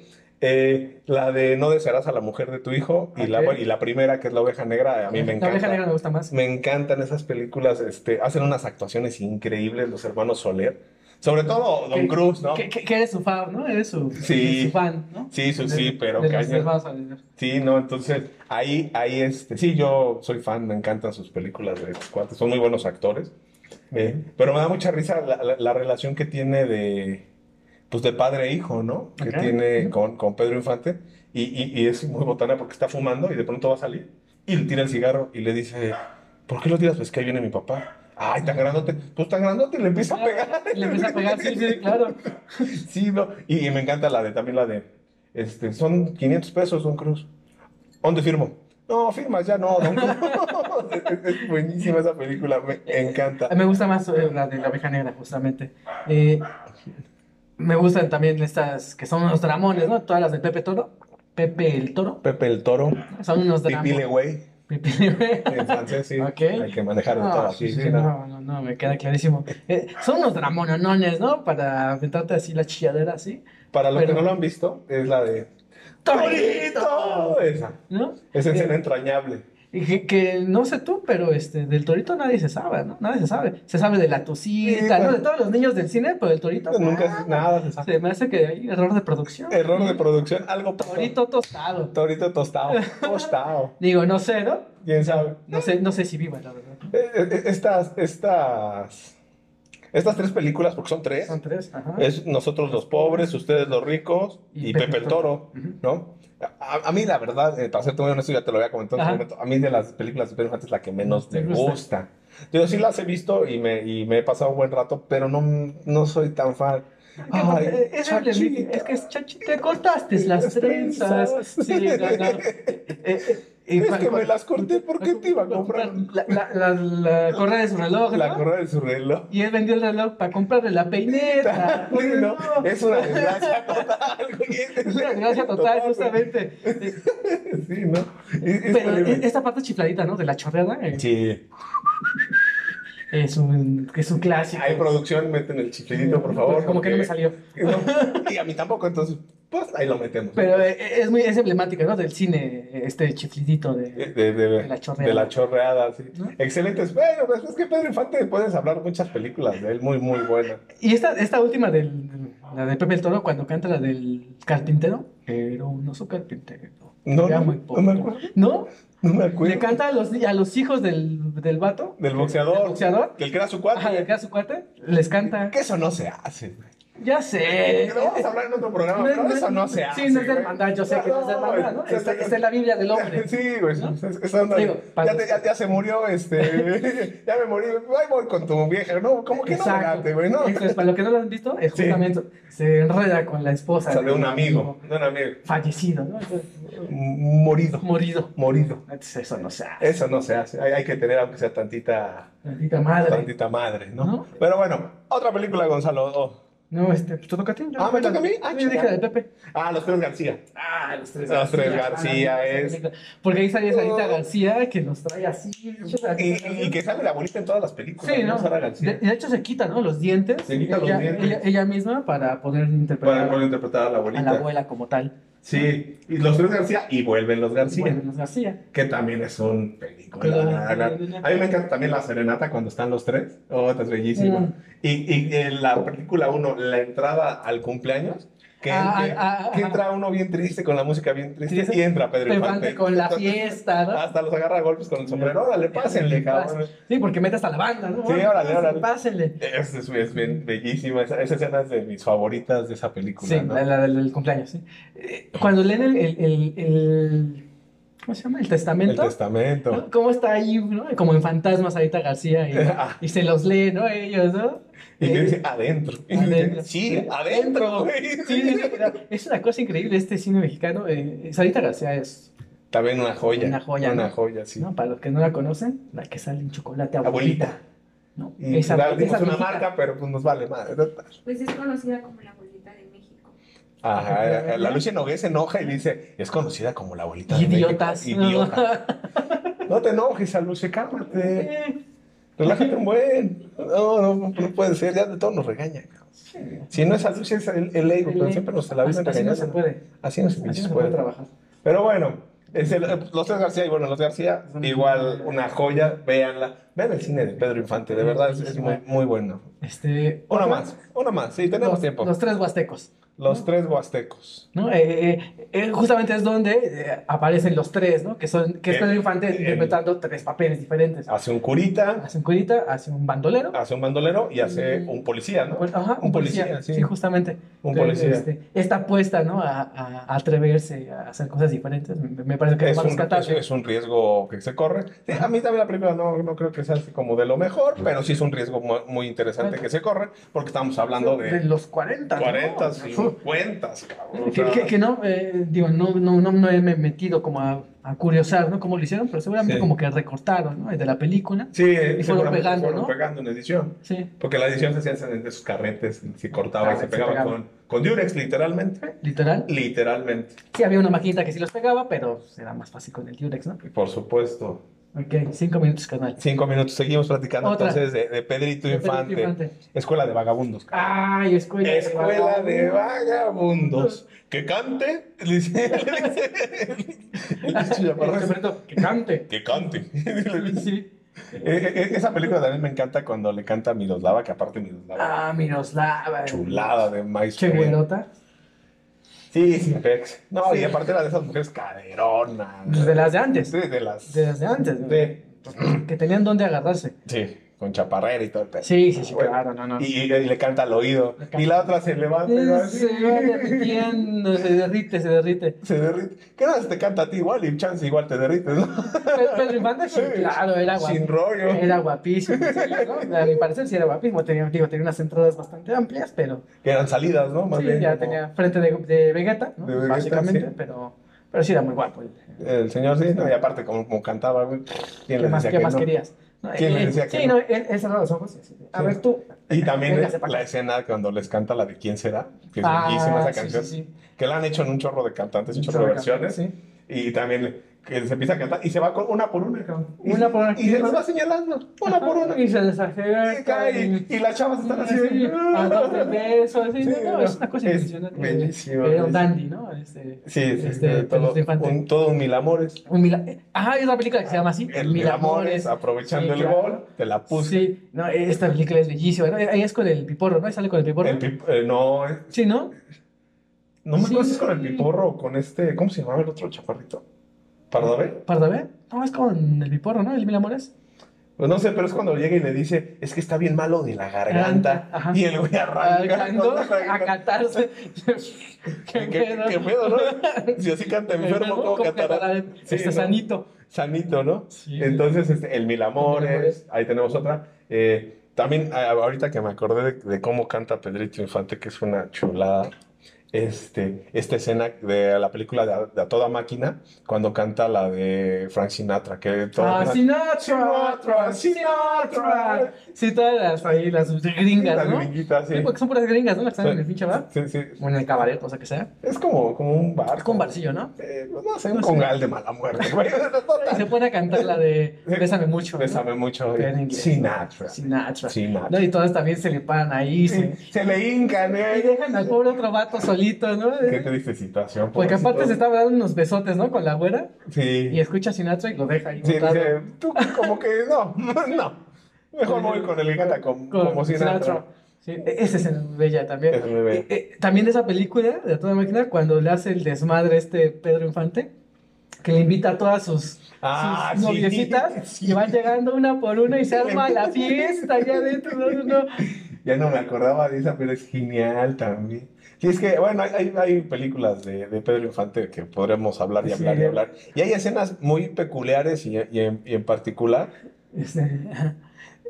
Speaker 3: Eh, la de No desearás a la mujer de tu hijo y, la,
Speaker 4: Ok.
Speaker 3: y la primera, que es La oveja negra, a mí me
Speaker 4: La oveja
Speaker 3: encanta.
Speaker 4: negra me gusta más.
Speaker 3: Me encantan esas películas, este, hacen unas actuaciones increíbles los hermanos Soler, sobre todo Don
Speaker 4: Que-
Speaker 3: Cruz, ¿no?
Speaker 4: Que, que- que eres su fan, ¿no? Eres su,
Speaker 3: Sí.
Speaker 4: su fan, ¿no?
Speaker 3: Sí, su-
Speaker 4: De-
Speaker 3: sí, pero
Speaker 4: de los
Speaker 3: cañón.
Speaker 4: hermanos Oliver.
Speaker 3: Sí, no, entonces ahí, ahí, este, sí, yo soy fan, me encantan sus películas de estos cuates, son muy buenos actores, Eh, pero me da mucha risa la, la- la relación que tiene de, pues de padre e hijo, ¿no? Que
Speaker 4: Ok.
Speaker 3: tiene con, con Pedro Infante y, y- y es muy botana porque está fumando y de pronto va a salir y le tira el cigarro y le dice, ¿por qué lo tiras? Pues que ahí viene mi papá. Ay, tan grandote, pues tan grandote y le empieza a pegar.
Speaker 4: Le empieza a pegar, sí, sí, claro.
Speaker 3: Sí, no, y, y me encanta la de también la de, este, son 500 pesos, Don Cruz. ¿Dónde firmo? No, firmas ya no, Don Cruz. [laughs] es, es buenísima esa película, me encanta.
Speaker 4: Me gusta más eh, la de la oveja negra, justamente. Eh, me gustan también estas que son unos dramones, ¿no? Todas las de Pepe Toro. Pepe el Toro.
Speaker 3: Pepe el Toro,
Speaker 4: Son unos
Speaker 3: Pipile
Speaker 4: dramones.
Speaker 3: Güey,
Speaker 4: Pipi
Speaker 3: [laughs]
Speaker 4: Le-
Speaker 3: en francés, sí,
Speaker 4: Ok.
Speaker 3: hay que manejar de
Speaker 4: No,
Speaker 3: todo.
Speaker 4: sí,
Speaker 3: Sí,
Speaker 4: sí,
Speaker 3: sí, no.
Speaker 4: no, no, no, me queda clarísimo. Eh, son unos dramonones, ¿no? Para aventarte así la chilladera, así.
Speaker 3: Para los que
Speaker 4: Pero-
Speaker 3: no lo han visto, es la de
Speaker 4: ¡Torito!
Speaker 3: Torito. Esa,
Speaker 4: ¿No?
Speaker 3: esa escena
Speaker 4: Eh,
Speaker 3: entrañable.
Speaker 4: y que, que no sé tú, pero este, del torito nadie se sabe, ¿no? Nadie se sabe. Se sabe de la
Speaker 3: Sí,
Speaker 4: tucita,
Speaker 3: claro.
Speaker 4: ¿no? De todos los niños del cine, pero del torito.
Speaker 3: Nunca
Speaker 4: nada.
Speaker 3: nada se sabe.
Speaker 4: Se me hace que hay error de producción.
Speaker 3: Error de producción, algo pasó.
Speaker 4: Torito tostado.
Speaker 3: Torito tostado,
Speaker 4: [laughs]
Speaker 3: tostado,
Speaker 4: Digo, no sé, ¿no?
Speaker 3: quién sabe.
Speaker 4: No sé, no sé si viva, la verdad.
Speaker 3: Eh, eh, Estas, estas, estas tres películas, porque son tres,
Speaker 4: Son tres. Ajá.
Speaker 3: es Nosotros los pobres, Ustedes los ricos y, Pepe, el Toro,
Speaker 4: Ujú.
Speaker 3: ¿no? A, a mí, la verdad, eh, para serte muy honesto, ya te lo había comentado en
Speaker 4: Ajá.
Speaker 3: su momento, a mí de las películas de Pedro Infante es la que menos
Speaker 4: Te
Speaker 3: me
Speaker 4: gusta.
Speaker 3: gusta. Yo sí las he visto y me, y me he pasado un buen rato, pero no, no soy tan fan.
Speaker 4: Que porque,
Speaker 3: Ay,
Speaker 4: eh, es
Speaker 3: Chachita.
Speaker 4: emblemático, es que es Chachi, te cortaste las
Speaker 3: Las
Speaker 4: trenzas.
Speaker 3: trenzas.
Speaker 4: Sí, no,
Speaker 3: [laughs]
Speaker 4: no. Eh, eh, eh,
Speaker 3: Es
Speaker 4: cual-
Speaker 3: que me
Speaker 4: cual-
Speaker 3: las corté, ¿por qué te iba a comprar?
Speaker 4: La, la, la, la correa de su reloj,
Speaker 3: La
Speaker 4: ¿no?
Speaker 3: correa de su reloj.
Speaker 4: Y él vendió el reloj para comprarle la
Speaker 3: [laughs]
Speaker 4: peineta.
Speaker 3: Sí, ¿no?
Speaker 4: No.
Speaker 3: Es una desgracia total. güey.
Speaker 4: Es una desgracia total,
Speaker 3: güey. [laughs]
Speaker 4: justamente. Eh,
Speaker 3: Sí, ¿no? Es- es
Speaker 4: Pero
Speaker 3: terrible.
Speaker 4: esta parte chifladita, ¿no? De la chorreada. eh,
Speaker 3: Sí.
Speaker 4: Es un, es un clásico.
Speaker 3: Hay producción, meten el chiflidito, por
Speaker 4: No,
Speaker 3: favor.
Speaker 4: pues, Como que no
Speaker 3: [laughs]
Speaker 4: me salió.
Speaker 3: salió. y a mí tampoco, entonces, pues ahí lo metemos.
Speaker 4: Pero eh, es muy es emblemática, ¿no? Del cine, eh, este chiflidito
Speaker 3: de,
Speaker 4: de.
Speaker 3: Eh, de- de-
Speaker 4: la chorreada.
Speaker 3: de la chorreada, sí.
Speaker 4: ¿No?
Speaker 3: Excelentes. Bueno, pues es que Pedro Infante puedes hablar muchas películas de él, muy, muy buena.
Speaker 4: Y esta, esta última del, la de Pepe el Toro, cuando canta la del carpintero. Era un oso carpintero.
Speaker 3: No,
Speaker 4: Era
Speaker 3: no,
Speaker 4: muy
Speaker 3: no
Speaker 4: pobre.
Speaker 3: me acuerdo.
Speaker 4: ¿No?
Speaker 3: No me
Speaker 4: Le
Speaker 3: acuerdo.
Speaker 4: canta a los, a los hijos del, del vato.
Speaker 3: Del boxeador.
Speaker 4: Del boxeador.
Speaker 3: Que el que era su
Speaker 4: Ajá, de
Speaker 3: cuate.
Speaker 4: acá a su cuate. Les canta.
Speaker 3: Que eso no se hace, güey.
Speaker 4: Ya sé.
Speaker 3: Lo vamos a hablar en otro programa,
Speaker 4: No,
Speaker 3: pero
Speaker 4: no,
Speaker 3: eso no se hace.
Speaker 4: Sí, no es de
Speaker 3: güey.
Speaker 4: hermandad, yo sé que no es de hermandad, ¿no?
Speaker 3: güey.
Speaker 4: Está, está en la Biblia
Speaker 3: [laughs]
Speaker 4: del hombre.
Speaker 3: Sí, güey.
Speaker 4: ¿No?
Speaker 3: es- esa onda de-
Speaker 4: Digo, para
Speaker 3: ya, te-
Speaker 4: los-
Speaker 3: ya- ya se murió, este. [laughs] ya me morí. Ahí voy con tu vieja, ¿no? ¿Cómo que no me late, güey? ¿no?
Speaker 4: Entonces, para los que no lo han visto, es
Speaker 3: Sí.
Speaker 4: justamente se enreda con la
Speaker 3: O
Speaker 4: esposa
Speaker 3: sea, de un amigo. De un amigo.
Speaker 4: fallecido, ¿no? Entonces,
Speaker 3: M- Morido.
Speaker 4: morido.
Speaker 3: Morido. Eh,
Speaker 4: Entonces, eso no se hace.
Speaker 3: Eso no se hace. Hay, hay que tener, aunque sea tantita,
Speaker 4: Maldita madre.
Speaker 3: tantita madre, ¿no?
Speaker 4: ¿No?
Speaker 3: Pero bueno, otra película, Gonzalo. oh.
Speaker 4: No, este, pues te toca a ti. yo
Speaker 3: Ah, ¿me
Speaker 4: dije la-
Speaker 3: toca a mí? Ah,
Speaker 4: yo dije la de Pepe.
Speaker 3: Ah, Los Tres García.
Speaker 4: Ah, los tres
Speaker 3: Los tres García
Speaker 4: Ah,
Speaker 3: es-
Speaker 4: Porque ahí salía Sarita
Speaker 3: Oh.
Speaker 4: García que nos trae así.
Speaker 3: Y, y- y que sale la abuelita en todas las películas.
Speaker 4: Sí, ¿no?
Speaker 3: Sara García.
Speaker 4: De, de hecho se quita, ¿no? Los dientes.
Speaker 3: Se quita los
Speaker 4: ella,
Speaker 3: dientes.
Speaker 4: Ella, ella misma para poder interpretar
Speaker 3: Para poder interpretar a la
Speaker 4: a
Speaker 3: abuelita.
Speaker 4: la abuela como tal.
Speaker 3: Sí, y los tres García y vuelven los García,
Speaker 4: Bueno, los García.
Speaker 3: que también es un película.
Speaker 4: Claro.
Speaker 3: A mí me encanta también la serenata cuando están los tres. Oh, es bellísima.
Speaker 4: Mm.
Speaker 3: Y, y en la película 1, la entrada al cumpleaños, que,
Speaker 4: Ah,
Speaker 3: que-
Speaker 4: ah, ah,
Speaker 3: que
Speaker 4: ah.
Speaker 3: entra uno bien triste, con la música bien triste,
Speaker 4: Sí, sí.
Speaker 3: y entra Pedro
Speaker 4: Pero
Speaker 3: Infante. Ah.
Speaker 4: antes con la
Speaker 3: Entonces,
Speaker 4: fiesta, ¿no?
Speaker 3: Hasta los agarra a golpes con el sombrero. Órale, pásenle, cabrón.
Speaker 4: Sí, porque metes a la banda, ¿no?
Speaker 3: Sí, órale, órale.
Speaker 4: Pásenle.
Speaker 3: Es, es, es bien bellísima. Esa, esa escena es de mis favoritas de esa película.
Speaker 4: Sí,
Speaker 3: ¿no?
Speaker 4: la, la del del cumpleaños, sí. Eh, Cuando leen el, el, el- el- ¿Cómo se llama? El
Speaker 3: El
Speaker 4: testamento.
Speaker 3: testamento.
Speaker 4: ¿no? ¿Cómo está ahí, no? Como en Fantasmas, Sarita García.
Speaker 3: [laughs] Ah.
Speaker 4: Y, y se los lee, ¿no? Ellos, ¿no?
Speaker 3: Y que
Speaker 4: Eh,
Speaker 3: dice adentro. Y
Speaker 4: Adentro.
Speaker 3: dice, Sí, adentro. güey".
Speaker 4: Sí, sí, sí, mira, es una cosa increíble este cine mexicano. eh, Sarita García es
Speaker 3: También una joya.
Speaker 4: Una joya,
Speaker 3: Una
Speaker 4: ¿no?
Speaker 3: joya, sí.
Speaker 4: No, para los que no la conocen, la que sale en chocolate,
Speaker 3: Abuelita.
Speaker 4: abuelita. No,
Speaker 3: Y
Speaker 4: esa,
Speaker 3: la-
Speaker 4: esa
Speaker 3: dimos una
Speaker 4: viejita.
Speaker 3: marca, pero pues nos vale madre.
Speaker 5: Pues es conocida como la abuelita de México.
Speaker 3: Ajá, la Lucia Nogués se enoja y dice, es conocida como la abuelita de
Speaker 4: Idiotas.
Speaker 3: México". Idiota.
Speaker 4: [laughs]
Speaker 3: No te enojes, Aluce, cálmate.
Speaker 4: Eh,
Speaker 3: Relájate un buen. No, no, no puede ser. Ya de todo nos regaña. cabrón. Si no es Aluce, es el, el Eiro, pero siempre nos la viven
Speaker 4: Así no se
Speaker 3: regañando.
Speaker 4: puede.
Speaker 3: Así no se
Speaker 4: Así
Speaker 3: pinches
Speaker 4: no se
Speaker 3: puede.
Speaker 4: puede trabajar.
Speaker 3: Pero bueno, es el- los tres García, y bueno, los García,
Speaker 4: Son-
Speaker 3: igual una joya, véanla. Vean el cine de Pedro Infante, de verdad, es, es muy, muy bueno.
Speaker 4: Este,
Speaker 3: Una
Speaker 4: otra-
Speaker 3: más, una más, sí, tenemos
Speaker 4: los,
Speaker 3: tiempo.
Speaker 4: Los tres huastecos.
Speaker 3: Los tres huastecos.
Speaker 4: ¿no? Eh, eh, eh, justamente es donde eh, aparecen los tres, ¿no? Que son, que es
Speaker 3: Eh,
Speaker 4: Pedro Infante
Speaker 3: eh,
Speaker 4: interpretando tres papeles diferentes.
Speaker 3: Hace un curita,
Speaker 4: Hace un curita, hace un bandolero.
Speaker 3: hace un bandolero y hace un policía, ¿no?
Speaker 4: pues, ajá,
Speaker 3: Ah, un policía, sí.
Speaker 4: justamente.
Speaker 3: Un
Speaker 4: Entonces,
Speaker 3: policía.
Speaker 4: este, esta apuesta, ¿no? A, a- a atreverse a hacer cosas diferentes, me, me parece que es
Speaker 3: Es
Speaker 4: más
Speaker 3: un, es,
Speaker 4: rescatable.
Speaker 3: es un riesgo que se corre. Sí, A mí también la película no, no creo que sea así como de lo mejor, pero sí es un riesgo mu- muy, interesante que se corre, porque estamos hablando
Speaker 4: De
Speaker 3: de
Speaker 4: los 40. ¿no?
Speaker 3: 40,
Speaker 4: Ujú.
Speaker 3: 50, cabrón. o
Speaker 4: Que,
Speaker 3: sea,
Speaker 4: que- que no, eh, digo, no, no, no, no me he metido como a, a curiosar, ¿no? Cómo lo hicieron, pero seguramente
Speaker 3: Sí.
Speaker 4: como que recortaron, ¿no? De la película.
Speaker 3: Sí,
Speaker 4: fueron
Speaker 3: seguramente
Speaker 4: pegando,
Speaker 3: fueron
Speaker 4: ¿no?
Speaker 3: pegando en edición.
Speaker 4: Sí,
Speaker 3: Porque la edición se hacía en esos carretes, se cortaba
Speaker 4: Ah,
Speaker 3: y se
Speaker 4: se
Speaker 3: pegaba
Speaker 4: pegaba.
Speaker 3: con, con Durex, literalmente.
Speaker 4: literal.
Speaker 3: Literalmente,
Speaker 4: Sí, había una maquinita que sí los pegaba, pero era más fácil con el Durex, ¿no?
Speaker 3: por supuesto.
Speaker 4: Ok, cinco minutos, canal.
Speaker 3: Cinco minutos, seguimos platicando
Speaker 4: Otra.
Speaker 3: entonces de, de Pedrito Infante. Escuela de Vagabundos.
Speaker 4: Ay, escuela. Ah, de
Speaker 3: Escuela
Speaker 4: vagabundo.
Speaker 3: de
Speaker 4: [laughs]
Speaker 3: Vagabundos. Que cante, le dice. le dice el bicho chaparro.
Speaker 4: Este perrito, que cante.
Speaker 3: que cante. [laughs] Eh,
Speaker 4: Sí.
Speaker 3: eh, Esa película también me encanta cuando le canta a Miroslava, que aparte Miroslava.
Speaker 4: Ah, Miroslava.
Speaker 3: Chulada de maíz.
Speaker 4: Che güerota.
Speaker 3: Sí, sin pex. No, y aparte era de esas mujeres caderonas.
Speaker 4: Pues De las de antes.
Speaker 3: Sí, de las.
Speaker 4: De las de antes. ¿no?
Speaker 3: Sí,
Speaker 4: Que tenían dónde agarrarse.
Speaker 3: sí, con chaparrera y todo el pedo.
Speaker 4: Sí, sí, sí,
Speaker 3: Bueno,
Speaker 4: claro, no, no.
Speaker 3: Y, y le canta al oído.
Speaker 4: Le canta.
Speaker 3: Y la otra se levanta y va así.
Speaker 4: Se va derritiendo, se derrite, se derrite.
Speaker 3: Se derrite. ¿Qué no te canta a ti igual? Y chance igual te derrites, ¿no?
Speaker 4: Pe- Pedro Infante, sí, claro, era
Speaker 3: Sin
Speaker 4: guapísimo.
Speaker 3: rollo.
Speaker 4: Era guapísimo, sí, ¿no? A mi parecer sí era guapísimo. Tenía, digo, tenía unas entradas bastante amplias, pero
Speaker 3: Que eran salidas, ¿no? Más
Speaker 4: sí,
Speaker 3: bien
Speaker 4: ya
Speaker 3: como
Speaker 4: tenía frente de, de Vegeta, ¿no?
Speaker 3: De Vegeta,
Speaker 4: básicamente,
Speaker 3: sí.
Speaker 4: pero, pero sí era muy guapo.
Speaker 3: El señor sí, no, y aparte como, como cantaba, güey. ¿Quién
Speaker 4: ¿Qué
Speaker 3: le
Speaker 4: más,
Speaker 3: decía
Speaker 4: qué
Speaker 3: que
Speaker 4: más
Speaker 3: no?
Speaker 4: querías? No,
Speaker 3: ¿Quién le decía
Speaker 4: eh,
Speaker 3: que
Speaker 4: sí,
Speaker 3: no?
Speaker 4: no, él, él cerraba los ojos. y así, A
Speaker 3: Sí.
Speaker 4: ver tú.
Speaker 3: Y también
Speaker 4: Véngase pa'
Speaker 3: la
Speaker 4: acá.
Speaker 3: escena cuando les canta la de quién será, que es
Speaker 4: Ah,
Speaker 3: bellísima esa
Speaker 4: sí,
Speaker 3: canción,
Speaker 4: sí, sí.
Speaker 3: que la han hecho en un chorro de cantantes, un chorro de
Speaker 4: Sobre
Speaker 3: versiones,
Speaker 4: canciones, sí.
Speaker 3: y también que se empieza a cantar y se va con una por una, cabrón. Y-
Speaker 4: Una por una.
Speaker 3: Y se las va señalando, una por una.
Speaker 4: Y se les
Speaker 3: Y,
Speaker 4: acerca
Speaker 3: cae, y, y las chavas están así. de- "Ah".
Speaker 4: a dos tres besos, así,
Speaker 3: Sí,
Speaker 4: no, no, es una cosa
Speaker 3: es
Speaker 4: impresionante.
Speaker 3: bellísimo,
Speaker 4: Era un
Speaker 3: bellísimo.
Speaker 4: dandy, ¿no? Este,
Speaker 3: Sí, sí,
Speaker 4: Este,
Speaker 3: de todo,
Speaker 4: Pedrito Infante.
Speaker 3: un, todo un mil amores.
Speaker 4: un mila- eh, Ah, hay otra película que se llama así.
Speaker 3: El mil amores, ah, pues, aprovechando
Speaker 4: Sí,
Speaker 3: el
Speaker 4: claro.
Speaker 3: gol, te la puse.
Speaker 4: Sí, no, eh, esta película es bellísima. ¿no? Ahí es con el piporro, ¿no? Ahí sale con el piporro.
Speaker 3: El pip- eh, no, eh,
Speaker 4: Sí, ¿no?
Speaker 3: no me acuerdo
Speaker 4: Sí.
Speaker 3: si es con el piporro o con este, ¿cómo se llamaba el otro chaparrito? ¿Pardavé?
Speaker 4: ¿Pardavé? No, es con el piporro, ¿no? El Mil Amores.
Speaker 3: Pues no sé, pero es cuando llega y le dice, es que está bien malo de la garganta.
Speaker 4: Garganta, ajá.
Speaker 3: Y el güey arranca.
Speaker 4: Arrancando
Speaker 3: ¿no? Arranca. [laughs]
Speaker 4: a catarse.
Speaker 3: ¿Qué, qué, qué pedo,
Speaker 4: [laughs]
Speaker 3: no? Si así canta enfermo, ¿cómo
Speaker 4: como
Speaker 3: catará?
Speaker 4: catarán.
Speaker 3: Sí, ¿no?
Speaker 4: Está este, sanito.
Speaker 3: Sanito, ¿no?
Speaker 4: Sí.
Speaker 3: Entonces, este, el Mil Amores,
Speaker 4: El Mil Amores.
Speaker 3: ahí tenemos otra. Eh, también, a- ahorita que me acordé de, de cómo canta Pedrito Infante, que es una chulada, este, esta escena de la película de A, de A Toda Máquina, cuando canta la de Frank Sinatra, que todo...
Speaker 4: Ah, Sinatra,
Speaker 3: Sinatra, Sinatra.
Speaker 4: Sinatra. Sí, todas las, ahí, las gringas,
Speaker 3: Las
Speaker 4: ¿no?
Speaker 3: gringuitas, sí.
Speaker 4: Sí, porque son puras gringas, ¿no? Las que están en el pinche bar.
Speaker 3: Sí, sí.
Speaker 4: O en el cabaret, o sea que sea.
Speaker 3: Es como, como un bar.
Speaker 4: Es como un barcillo, ¿no?
Speaker 3: Eh, pues no sé, un
Speaker 4: No sé.
Speaker 3: congal de mala muerte.
Speaker 4: [laughs]
Speaker 3: güey.
Speaker 4: Y se pone a cantar la de Bésame mucho. ¿no?
Speaker 3: Bésame mucho.
Speaker 4: Pero en inglés.
Speaker 3: Sinatra.
Speaker 4: Sinatra.
Speaker 3: Sinatra.
Speaker 4: ¿no? Y todas también se le paran ahí.
Speaker 3: Sí,
Speaker 4: Se...
Speaker 3: Se le hincan,
Speaker 4: Y
Speaker 3: ¿eh?
Speaker 4: dejan al pobre otro vato solito, ¿no?
Speaker 3: Qué triste situación.
Speaker 4: Porque aparte se
Speaker 3: pobrecito.
Speaker 4: estaba dando unos besotes, ¿no? Con la güera. Y
Speaker 3: Sí.
Speaker 4: escucha a Sinatra y lo deja ahí.
Speaker 3: Sí,
Speaker 4: botado.
Speaker 3: dice, tú como que no, [laughs] no. Mejor voy con el gata con,
Speaker 4: Con
Speaker 3: como Sinatra.
Speaker 4: Sí, e- esa es el bella también.
Speaker 3: Es muy bella.
Speaker 4: Eh, eh, también esa película de A toda máquina, cuando le hace el desmadre este Pedro Infante, que le invita a todas sus,
Speaker 3: Ah,
Speaker 4: sus
Speaker 3: sí,
Speaker 4: [laughs] noviecitas
Speaker 3: [laughs] sí.
Speaker 4: y van llegando una por una y se arma [laughs] la fiesta allá adentro. No, no, no.
Speaker 3: Ya no me acordaba de esa, pero es genial también. Y es que, bueno, hay, hay- hay películas de, de Pedro Infante que podremos hablar y
Speaker 4: Sí.
Speaker 3: hablar y hablar. Y hay escenas muy peculiares y, y en, y en particular
Speaker 4: Este, [laughs]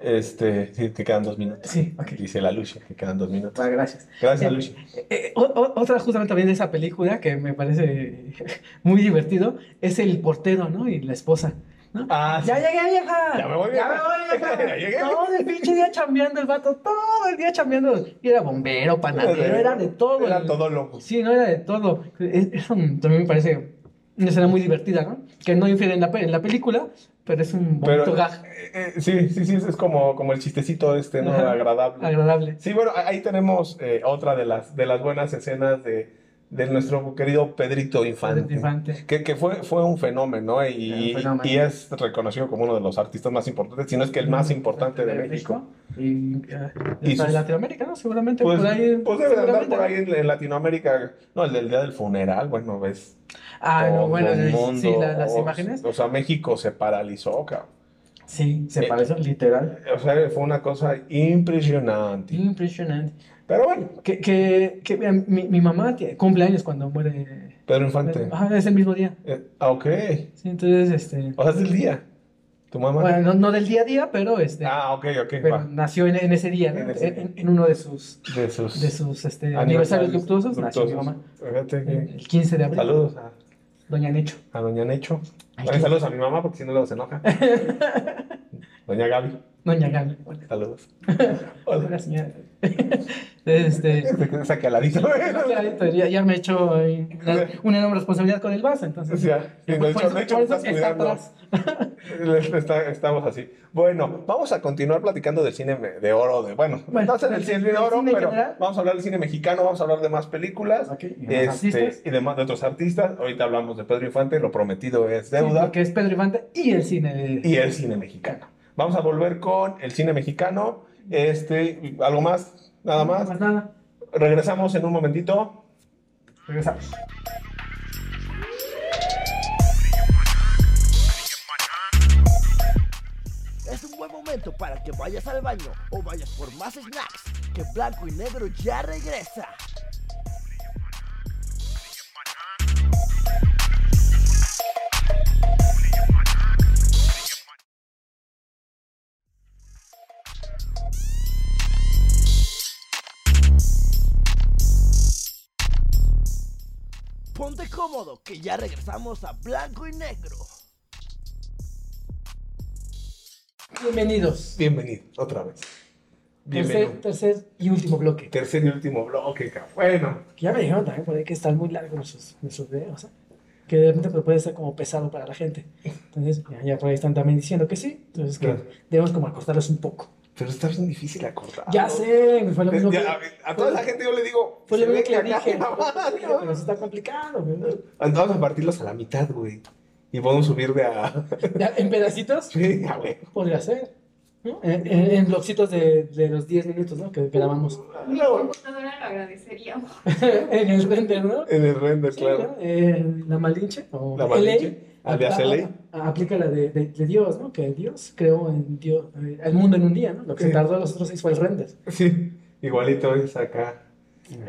Speaker 3: Este, sí, que quedan dos minutos.
Speaker 4: Sí, ok.
Speaker 3: Dice la Lucia, que quedan dos minutos.
Speaker 4: Ah, gracias.
Speaker 3: Gracias,
Speaker 4: Eh,
Speaker 3: Lucia.
Speaker 4: Eh, o- o- otra justamente también de esa película que me parece [laughs] muy divertido es el portero, ¿no? Y la esposa, ¿no?
Speaker 3: Ah,
Speaker 4: Ya
Speaker 3: sí.
Speaker 4: llegué, vieja.
Speaker 3: Ya me voy,
Speaker 4: [laughs]
Speaker 3: vieja.
Speaker 4: Ya me voy,
Speaker 3: Ya
Speaker 4: vieja.
Speaker 3: llegué.
Speaker 4: Todo el pinche día chambeando el vato, todo el día chambeando. Y era bombero, panadero, era de todo.
Speaker 3: Era
Speaker 4: el-
Speaker 3: todo loco.
Speaker 4: Sí, no era de todo. Es- Eso también me parece una escena muy divertida, ¿no? Que no infiere en la, pe- en la película, pero es un bonito
Speaker 3: Pero,
Speaker 4: gag
Speaker 3: eh, eh, sí, sí, sí, es como, como el chistecito este, ¿no?
Speaker 4: Ajá.
Speaker 3: Agradable.
Speaker 4: agradable.
Speaker 3: Sí, bueno, ahí tenemos eh, otra de las, de las buenas escenas de, de nuestro querido Pedrito Infante.
Speaker 4: Infante.
Speaker 3: Que, que fue, fue un fenómeno ¿no? y,
Speaker 4: Un fenómeno.
Speaker 3: y es reconocido como uno de los artistas más importantes, si no es que el más importante de México.
Speaker 4: Y, eh,
Speaker 3: Y
Speaker 4: para
Speaker 3: sus-
Speaker 4: Latinoamérica, ¿no? Seguramente
Speaker 3: Pues,
Speaker 4: por ahí.
Speaker 3: pues debe andar
Speaker 4: seguramente,
Speaker 3: por
Speaker 4: ¿no?
Speaker 3: ahí en, en Latinoamérica. No, el del día del funeral, bueno, ves.
Speaker 4: Ah,
Speaker 3: todo
Speaker 4: no, bueno,
Speaker 3: el
Speaker 4: sí, sí,
Speaker 3: mundo,
Speaker 4: la- las
Speaker 3: o-
Speaker 4: imágenes.
Speaker 3: O sea, México se paralizó, cabrón.
Speaker 4: Sí, se
Speaker 3: Eh,
Speaker 4: parecen literal.
Speaker 3: O sea, fue una cosa impresionante.
Speaker 4: Impresionante.
Speaker 3: Pero bueno,
Speaker 4: Que, que, que mira, mi, mi mamá tie- cumple años cuando muere.
Speaker 3: Pedro Infante.
Speaker 4: Ajá, es el mismo día.
Speaker 3: Eh, ah, ok.
Speaker 4: Sí, entonces, este.
Speaker 3: O sea, es del día. Tu mamá.
Speaker 4: Bueno, no, no del día a día, pero este.
Speaker 3: Ah, ok, ok.
Speaker 4: pero
Speaker 3: va.
Speaker 4: nació en, en ese día, ¿no?
Speaker 3: En ese día.
Speaker 4: En, en uno de sus,
Speaker 3: De sus,
Speaker 4: de sus este, aniversarios luctuosos, nació mi mamá. Eh,
Speaker 3: Fíjate que-
Speaker 4: El 15 de abril.
Speaker 3: Saludos a,
Speaker 4: Doña Necho.
Speaker 3: a Doña Necho.
Speaker 4: Ay,
Speaker 3: También
Speaker 4: qué-
Speaker 3: saludos a mi mamá porque si no luego se
Speaker 4: [laughs]
Speaker 3: enoja. Doña Gaby,
Speaker 4: Doña Gaby. [laughs]
Speaker 3: saludos.
Speaker 4: Hola,
Speaker 3: Hola.
Speaker 4: señora. Este.
Speaker 3: Se queda
Speaker 4: [laughs]
Speaker 3: sacaladito.
Speaker 4: clarito, Ya, ya me he hecho eh, una, una enorme responsabilidad con el vaso,
Speaker 3: O
Speaker 4: entonces.
Speaker 3: sea, de
Speaker 4: por
Speaker 3: hecho,
Speaker 4: eso-
Speaker 3: de hecho
Speaker 4: por
Speaker 3: me
Speaker 4: eso
Speaker 3: estás
Speaker 4: que está
Speaker 3: cuidando.
Speaker 4: atrás.
Speaker 3: [laughs] Está- estamos así. Bueno, vamos a continuar platicando del cine me- de oro, de bueno,
Speaker 4: Bueno,
Speaker 3: no sé del
Speaker 4: del-
Speaker 3: cine
Speaker 4: del
Speaker 3: de oro,
Speaker 4: cine en
Speaker 3: pero
Speaker 4: general.
Speaker 3: vamos a hablar del cine mexicano, vamos a hablar de más películas
Speaker 4: Ok, y
Speaker 3: este,
Speaker 4: más artistas.
Speaker 3: y demás de otros artistas. Ahorita hablamos de Pedro Infante, lo prometido es
Speaker 4: Sí,
Speaker 3: deuda
Speaker 4: porque es Pedro Infante y el cine de.
Speaker 3: y el cine mexicano. Vamos a volver con el cine mexicano. Este, algo más, nada más.
Speaker 4: Más nada.
Speaker 3: Regresamos en un momentito.
Speaker 4: Regresamos.
Speaker 1: Es un buen momento para que vayas al baño o vayas por más snacks, que Blanco y Negro ya regresa. Ponte cómodo, que ya regresamos a Blanco y Negro.
Speaker 4: Bienvenidos.
Speaker 3: Bienvenido, otra vez. Bienvenido.
Speaker 4: Tercer, tercer y último bloque.
Speaker 3: Tercer y último bloque, cabrón. Bueno,
Speaker 4: Que ya me dijeron también por ahí que están muy largos nuestros, nuestros videos, ¿eh? que de repente pues, puede ser como pesado para la gente. Entonces, ya, ya por ahí están también diciendo que sí, entonces que
Speaker 3: Claro.
Speaker 4: debemos como acortarlos un poco.
Speaker 3: pero está bien difícil acordar.
Speaker 4: Ya sé, fue lo
Speaker 3: Eh,
Speaker 4: mismo que,
Speaker 3: ya, a, a toda la gente yo le digo.
Speaker 4: fue lo
Speaker 3: se
Speaker 4: mismo
Speaker 3: ve
Speaker 4: que le
Speaker 3: acá [laughs]
Speaker 4: dije,
Speaker 3: la madre,
Speaker 4: "Oiga, pero eso está complicado. ¿no?".
Speaker 3: Vamos a partirlos a la mitad, güey. Y podemos subir de a. [laughs]
Speaker 4: Ya, en pedacitos
Speaker 3: Sí, a ver.
Speaker 4: podría ser, ¿no? en, en, en bloquecitos de, de los 10 minutos ¿no? que grabamos [laughs]
Speaker 5: Mi
Speaker 3: Luego,
Speaker 5: computadora lo agradecería.
Speaker 4: en el render, ¿no?
Speaker 3: En el render,
Speaker 4: Sí,
Speaker 3: claro.
Speaker 4: ¿no? Eh, la Malinche o
Speaker 3: La
Speaker 4: LA,
Speaker 3: Malinche, alias
Speaker 4: a-
Speaker 3: LA.
Speaker 4: a- a- aplica la de, de- de Dios, ¿no? Que Dios creó en Dios, eh, el mundo en un día, ¿no? Lo que
Speaker 3: Sí.
Speaker 4: tardó los otros seis fue el render.
Speaker 3: Sí, igualito es acá.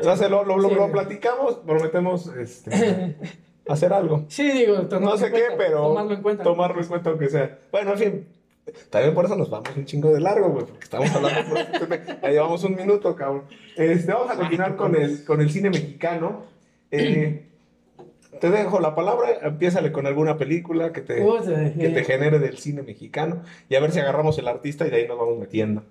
Speaker 3: No sé, lo, lo, lo-
Speaker 4: Sí.
Speaker 3: lo platicamos, prometemos este, hacer algo.
Speaker 4: [laughs] Sí, digo,
Speaker 3: No
Speaker 4: tomarlo
Speaker 3: sé
Speaker 4: en
Speaker 3: qué,
Speaker 4: cuenta,
Speaker 3: pero
Speaker 4: Tomarlo en cuenta.
Speaker 3: tomarlo en cuenta aunque sea. Bueno, en fin, también por eso nos vamos un chingo de largo, güey, porque estamos hablando por este tema. Ya llevamos un minuto, cabrón. Este,
Speaker 4: Ah,
Speaker 3: vamos a continuar con el, con el cine mexicano. Eh, te dejo la palabra, empiézale con alguna película que te,
Speaker 4: Uy, eh,
Speaker 3: que te genere del cine mexicano y a ver si agarramos el artista y de ahí nos vamos metiendo.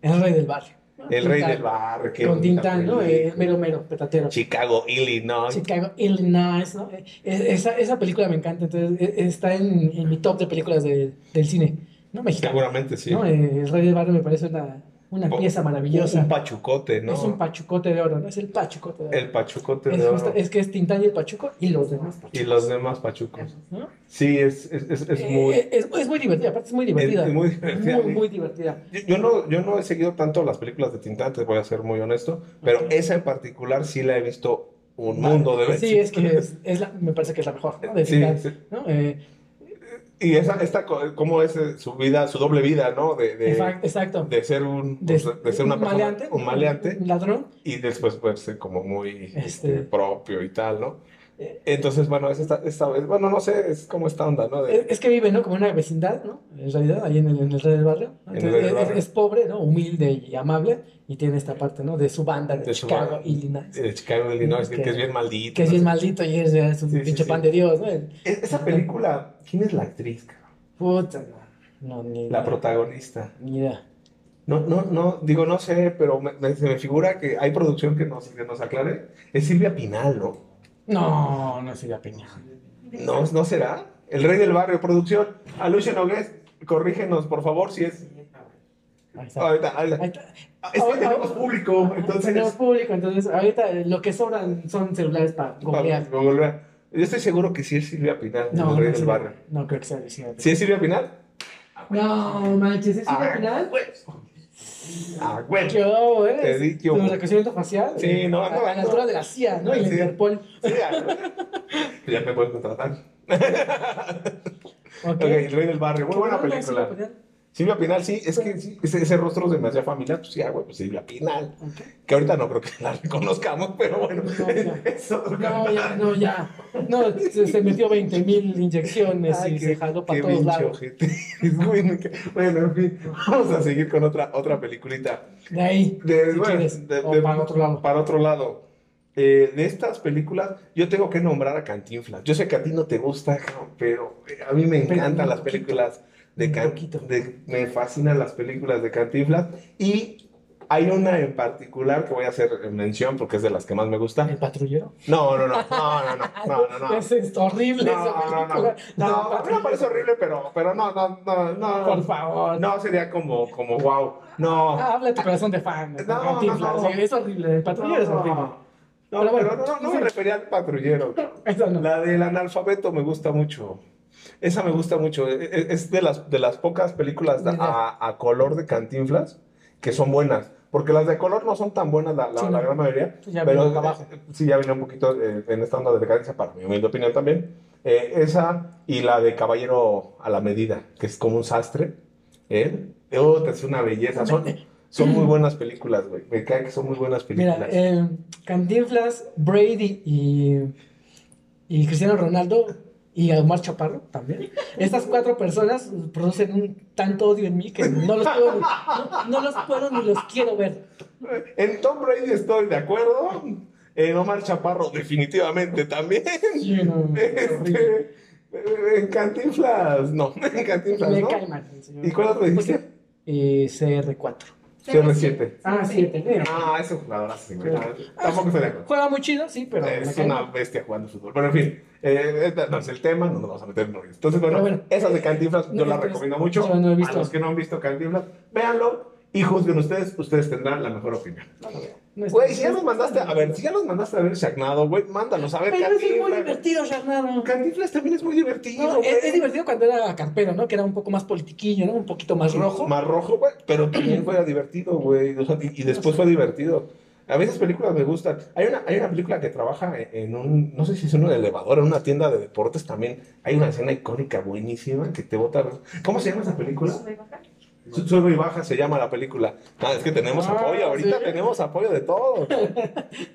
Speaker 4: El rey del barrio.
Speaker 3: El rey
Speaker 4: Tintán.
Speaker 3: del bar. qué
Speaker 4: Con
Speaker 3: bonita
Speaker 4: Tintán, ¿no? Eh,
Speaker 3: película.
Speaker 4: El mero mero, petatero.
Speaker 3: Chicago, Illinois.
Speaker 4: Chicago, Illinois, ¿no? Eh, Esa, esa película me encanta, entonces eh, está en, en mi top de películas de- del cine, ¿no? Mexicano.
Speaker 3: Seguramente sí.
Speaker 4: ¿no? Eh, El Rey del Barrio me parece una, una
Speaker 3: Po-
Speaker 4: pieza maravillosa.
Speaker 3: Un pachucote, ¿no?
Speaker 4: Es un pachucote de oro, ¿no? Es el pachucote de oro.
Speaker 3: El pachucote
Speaker 4: es,
Speaker 3: de
Speaker 4: justo-
Speaker 3: oro.
Speaker 4: es que es Tintán y el pachuco y los demás
Speaker 3: Y
Speaker 4: pachucos,
Speaker 3: los demás pachucos.
Speaker 4: ¿no?
Speaker 3: Sí, es, es, es, es
Speaker 4: Eh,
Speaker 3: muy...
Speaker 4: eh, es, es muy divertida, aparte es muy divertida.
Speaker 3: es- es muy divertida.
Speaker 4: Muy, muy divertida.
Speaker 3: Yo, yo no, yo no he seguido tanto las películas de Tintán, te voy a ser muy honesto, pero esa en particular sí la he visto un mundo de veces.
Speaker 4: Sí, es que es, es la, me parece que es la mejor, ¿no? De
Speaker 3: [laughs] Sí,
Speaker 4: Tintán,
Speaker 3: sí.
Speaker 4: ¿no? Eh,
Speaker 3: Y esa, esta, co- cómo es eh, su vida, su doble vida, ¿no? De, de,
Speaker 4: exact- exacto.
Speaker 3: de ser un, pues,
Speaker 4: De-
Speaker 3: de ser una
Speaker 4: un
Speaker 3: persona,
Speaker 4: maleante,
Speaker 3: un maleante,
Speaker 4: un ladrón,
Speaker 3: y después verse como muy
Speaker 4: Este.
Speaker 3: este, propio y tal, ¿no?
Speaker 4: Eh,
Speaker 3: Entonces, bueno, es esta, esta vez, bueno, no sé, es como esta onda, ¿no?
Speaker 4: Es,
Speaker 3: De,
Speaker 4: es que vive, ¿no? Como en una vecindad, ¿no? En realidad, ahí en el, en el red del barrio. ¿no?
Speaker 3: En el
Speaker 4: Entonces,
Speaker 3: red del
Speaker 4: es,
Speaker 3: barrio.
Speaker 4: es pobre, ¿no? Humilde y amable. Y tiene esta parte, ¿no? De su banda de,
Speaker 3: De su
Speaker 4: Chicago,
Speaker 3: banda.
Speaker 4: Illinois.
Speaker 3: de Chicago, Illinois,
Speaker 4: Que-
Speaker 3: que, es bien maldito.
Speaker 4: Que es
Speaker 3: ¿no?
Speaker 4: bien maldito y es, es un
Speaker 3: Sí, sí,
Speaker 4: pinche
Speaker 3: sí.
Speaker 4: pan de Dios, ¿no?
Speaker 3: Es- Esa película, ¿quién es la actriz, cabrón?
Speaker 4: Puta, no. No,
Speaker 3: La
Speaker 4: ni idea.
Speaker 3: protagonista.
Speaker 4: Ni idea.
Speaker 3: No, no, no, digo, no sé, pero me- me- se me figura que hay producción que nos, que nos aclare. Es Silvia Pinal, ¿no?
Speaker 4: No, no sería Peña.
Speaker 3: No, no será. El Rey del Barrio, producción. Aluche Nogués, corrígenos, por favor, si es.
Speaker 4: Ahí está.
Speaker 3: Ahorita, ahorita.
Speaker 4: Ahí está.
Speaker 3: Es que tenemos público,
Speaker 4: Tenemos
Speaker 3: entonces.
Speaker 4: público, entonces ahorita eh, lo que sobran son celulares para googlear.
Speaker 3: Vamos, googlear. Yo estoy seguro que sí es Silvia Pinal,
Speaker 4: No,
Speaker 3: el Rey
Speaker 4: no,
Speaker 3: del
Speaker 4: sí,
Speaker 3: Barrio.
Speaker 4: no creo que sea Lucía.
Speaker 3: ¿Sí es Silvia Pinal?
Speaker 4: No, manches, ¿es una
Speaker 3: Ah,
Speaker 4: final?
Speaker 3: güey. Ah, güey.
Speaker 4: ¿Qué hubo, eh?
Speaker 3: Te di, ¿qué
Speaker 4: Tu
Speaker 3: hubo?
Speaker 4: reconocimiento facial.
Speaker 3: Sí,
Speaker 4: eh,
Speaker 3: no,
Speaker 4: a,
Speaker 3: no,
Speaker 4: a la
Speaker 3: no.
Speaker 4: altura de la CIA, ¿no? Y la
Speaker 3: Sí.
Speaker 4: Interpol.
Speaker 3: Sí, ah, ya me pueden contratar.
Speaker 4: Ok.
Speaker 3: Ok, El Rey del Barrio, muy
Speaker 4: Qué
Speaker 3: buena
Speaker 4: bueno,
Speaker 3: película.
Speaker 4: sí, la final.
Speaker 3: Silvia Pinal, sí, es que sí, ese, ese rostro se me hacía familiar, pues sí, ah, güey, pues Silvia Pinal.
Speaker 4: Ok.
Speaker 3: Que ahorita no creo que la [laughs] reconozcamos, pero bueno,
Speaker 4: No, ya.
Speaker 3: [laughs] es otro
Speaker 4: No, ya,
Speaker 3: cantar.
Speaker 4: no, ya. No, se, se metió 20 mil inyecciones
Speaker 3: Ay,
Speaker 4: y
Speaker 3: qué-
Speaker 4: se jaló
Speaker 3: qué
Speaker 4: para todos
Speaker 3: pinche
Speaker 4: lados.
Speaker 3: ojete. [laughs] Es muy- bueno, en fin, vamos a seguir con otra, otra peliculita.
Speaker 4: De ahí,
Speaker 3: De-
Speaker 4: si
Speaker 3: bueno,
Speaker 4: quieres,
Speaker 3: de-
Speaker 4: o
Speaker 3: de-
Speaker 4: para otro lado.
Speaker 3: Para otro lado, eh, de estas películas, yo tengo que nombrar a Cantinflas. Yo sé que a ti no te gusta, cabrón, pero eh, a mí me
Speaker 4: Pero
Speaker 3: encantan
Speaker 4: un
Speaker 3: las
Speaker 4: poquito,
Speaker 3: películas de
Speaker 4: un
Speaker 3: Can-
Speaker 4: poquito.
Speaker 3: de- Me fascinan las películas de Cantinflas. Y hay una en particular que voy a hacer mención porque es de las que más me
Speaker 4: ¿El
Speaker 3: gusta.
Speaker 4: patrullero?
Speaker 3: No, no, no, no,
Speaker 4: [laughs]
Speaker 3: no, no, no, no, no.
Speaker 4: Es, es horrible
Speaker 3: No,
Speaker 4: esa
Speaker 3: no,
Speaker 4: película.
Speaker 3: no. No,
Speaker 4: el
Speaker 3: a mí me parece horrible, pero, pero no, no, no, no.
Speaker 4: Por favor.
Speaker 3: No, sería como, como wow. No.
Speaker 4: Ah, habla tu corazón de fan.
Speaker 3: No,
Speaker 4: con Cantinflas.
Speaker 3: no, no.
Speaker 4: Sí, es horrible. El patrullero es horrible.
Speaker 3: No,
Speaker 4: Pero
Speaker 3: pero,
Speaker 4: bueno,
Speaker 3: no, no me
Speaker 4: sí.
Speaker 3: refería al patrullero.
Speaker 4: Eso no.
Speaker 3: La del analfabeto me gusta mucho. Esa me gusta mucho. E- e- Es de las, de las pocas películas de- a, a color de Cantinflas que son buenas. Porque las de color no son tan buenas, la, la-
Speaker 4: Sí, no.
Speaker 3: la gran mayoría.
Speaker 4: Sí, ya
Speaker 3: pero
Speaker 4: vino abajo.
Speaker 3: eh, sí, ya vino un poquito eh, en esta onda de decadencia, para mi humilde opinión también. Eh, esa y la de Caballero a la Medida, que es como un sastre. ¿eh? Oh, es una belleza. Son, son muy buenas películas, güey. Me cae que son muy buenas películas.
Speaker 4: Mira, eh, Cantinflas, Brady y, y Cristiano Ronaldo y Omar Chaparro también. Estas cuatro personas producen un tanto odio en mí que no los puedo, no, no los puedo ni los quiero ver.
Speaker 3: En Tom Brady estoy de acuerdo. En Omar Chaparro, definitivamente también. [laughs]
Speaker 4: Sí, no, no, es horrible.
Speaker 3: Este, en Cantinflas, no. [laughs] En Cantinflas,
Speaker 4: Me
Speaker 3: ¿no?
Speaker 4: cae mal. el señor. Pues
Speaker 3: ¿Y cuál otro dijiste?
Speaker 4: Eh, CR4.
Speaker 3: CR7.
Speaker 4: Ah, sí, entendido.
Speaker 3: Ah, ese jugador así, güey. Ah, Tampoco estoy de acuerdo.
Speaker 4: pues, Juega muy chido, sí, pero. me
Speaker 3: Es
Speaker 4: cae
Speaker 3: una
Speaker 4: mal.
Speaker 3: bestia jugando fútbol. Pero en fin, eh, esta no es el tema, no nos vamos a meter en rollos. Entonces, bueno,
Speaker 4: Pero bueno,
Speaker 3: esas de Cantinflas yo las
Speaker 4: no, entonces,
Speaker 3: recomiendo mucho.
Speaker 4: yo no he visto.
Speaker 3: A los que no han visto Cantinflas, véanlo y juzguen ustedes. Ustedes tendrán la mejor opinión.
Speaker 4: No está-
Speaker 3: Güey, si ya los mandaste, a ver, si ya los mandaste a ver Shagnado, güey, mándalos a ver
Speaker 4: Pero es muy
Speaker 3: Cantinflas.
Speaker 4: divertido, Charnado.
Speaker 3: Cantinflas también es muy divertido,
Speaker 4: No,
Speaker 3: güey.
Speaker 4: es, es divertido cuando era campero, ¿no? Que era un poco más politiquillo, ¿no? Un poquito más rojo.
Speaker 3: Más rojo, güey, pero también fue divertido, güey. O sea, y, y después fue divertido. A veces películas me gustan. Hay una, hay una película que trabaja en- en un, no sé si es un elevador, en una tienda de deportes también. Hay una escena icónica buenísima que te bota. ¿Cómo se llama esa película?
Speaker 5: ¿Sube y baja?
Speaker 3: Su- Sube y baja se llama la película. Ah, es que tenemos
Speaker 4: Ah,
Speaker 3: apoyo, ahorita
Speaker 4: sí.
Speaker 3: tenemos apoyo de todo.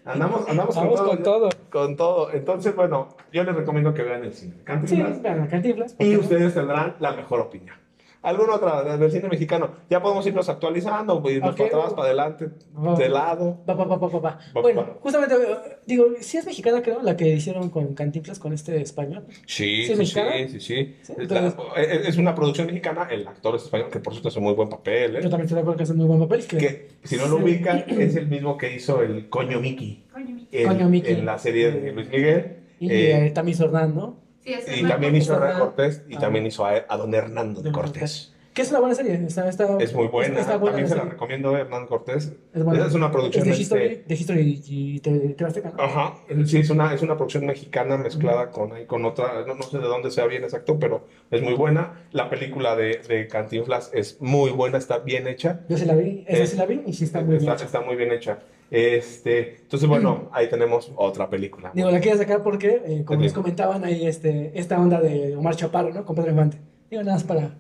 Speaker 3: Andamos, andamos con
Speaker 4: Vamos
Speaker 3: todo.
Speaker 4: con todo.
Speaker 3: con todo. Entonces, bueno, yo les recomiendo que vean el cine.
Speaker 4: Sí,
Speaker 3: Cantinflas.
Speaker 4: bueno, Cantinflas.
Speaker 3: Y ustedes tendrán la mejor opinión. ¿Alguna otra del cine mexicano? Ya podemos irnos actualizando, pues, irnos
Speaker 4: Ok.
Speaker 3: para atrás, para adelante,
Speaker 4: Ah.
Speaker 3: de lado.
Speaker 4: Va, va, va, va, va, va.
Speaker 3: Va,
Speaker 4: Bueno,
Speaker 3: va.
Speaker 4: justamente, eh, digo, sí es mexicana, creo, la que hicieron con Cantinflas, con este español.
Speaker 3: Sí,
Speaker 4: ¿Sí es mexicano?
Speaker 3: sí, sí.
Speaker 4: Sí,
Speaker 3: La- eh,
Speaker 4: entonces-
Speaker 3: es es una producción mexicana, el actor es español, que por cierto hace muy buen papel. ¿eh?
Speaker 4: Yo también estoy de acuerdo que hace muy buen papel. Que,
Speaker 3: Que, si no lo
Speaker 4: Sí.
Speaker 3: ubican, es el mismo que hizo el Coño Mickey
Speaker 5: Coño, mi-
Speaker 3: en,
Speaker 4: Coño Mickey.
Speaker 3: en la serie de Luis Miguel.
Speaker 4: y
Speaker 3: eh,
Speaker 4: eh, Tammy Sordán, ¿no?
Speaker 5: Sí, es
Speaker 3: y
Speaker 5: una-
Speaker 3: también hizo a Hernán
Speaker 4: Ajá.
Speaker 3: Cortés y
Speaker 4: Ah.
Speaker 3: también hizo a, a don Hernando de
Speaker 4: Don
Speaker 3: Cortés.
Speaker 4: Que es una buena serie. Está, está-
Speaker 3: Es muy buena,
Speaker 4: Está buena
Speaker 3: también
Speaker 4: la
Speaker 3: se la
Speaker 4: serie.
Speaker 3: recomiendo, eh, Hernán Cortés.
Speaker 4: Es buena.
Speaker 3: Esa es una
Speaker 4: Es
Speaker 3: producción
Speaker 4: de
Speaker 3: este,
Speaker 4: History, de History y te, te Azteca, ¿no?
Speaker 3: Ajá, sí, es una, es una producción mexicana mezclada con, ahí con otra, no, no sé de dónde sea bien exacto, pero es muy buena. La película de, de Cantinflas es muy buena, está bien hecha.
Speaker 4: Yo sí la vi, esa
Speaker 3: Eh,
Speaker 4: sí la vi y sí está muy bien.
Speaker 3: Está, está muy bien hecha. Este, entonces, bueno, ahí tenemos otra película.
Speaker 4: Digo, la quería sacar porque, eh, como les
Speaker 3: También.
Speaker 4: comentaban ahí, este, esta onda de Omar Chaparro, ¿no? Con Pedro Infante. Digo, nada más para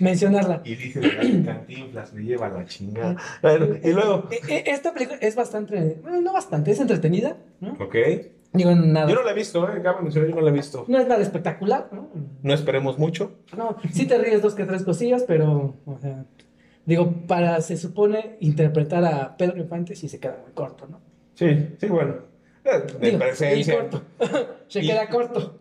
Speaker 4: mencionarla.
Speaker 3: Y dice,
Speaker 4: [clears throat]
Speaker 3: "Ay, Cantinflas me lleva la chingada. Bueno, y luego,
Speaker 4: Eh, eh, Esta película es bastante, bueno, no bastante, es entretenida, ¿no?
Speaker 3: ok,
Speaker 4: Digo, nada.
Speaker 3: Yo no la he visto, ¿eh? Cabe mencionar, yo no la he visto.
Speaker 4: No es nada espectacular, ¿no?
Speaker 3: No esperemos mucho.
Speaker 4: No, sí te ríes dos que tres cosillas, pero, o sea, digo, para, se supone, interpretar a Pedro Infante sí se queda muy corto, ¿no?
Speaker 3: Sí, sí, bueno. Eh, De
Speaker 4: Digo, Y
Speaker 3: presencia.
Speaker 4: corto. [laughs] se
Speaker 3: Y-
Speaker 4: queda corto.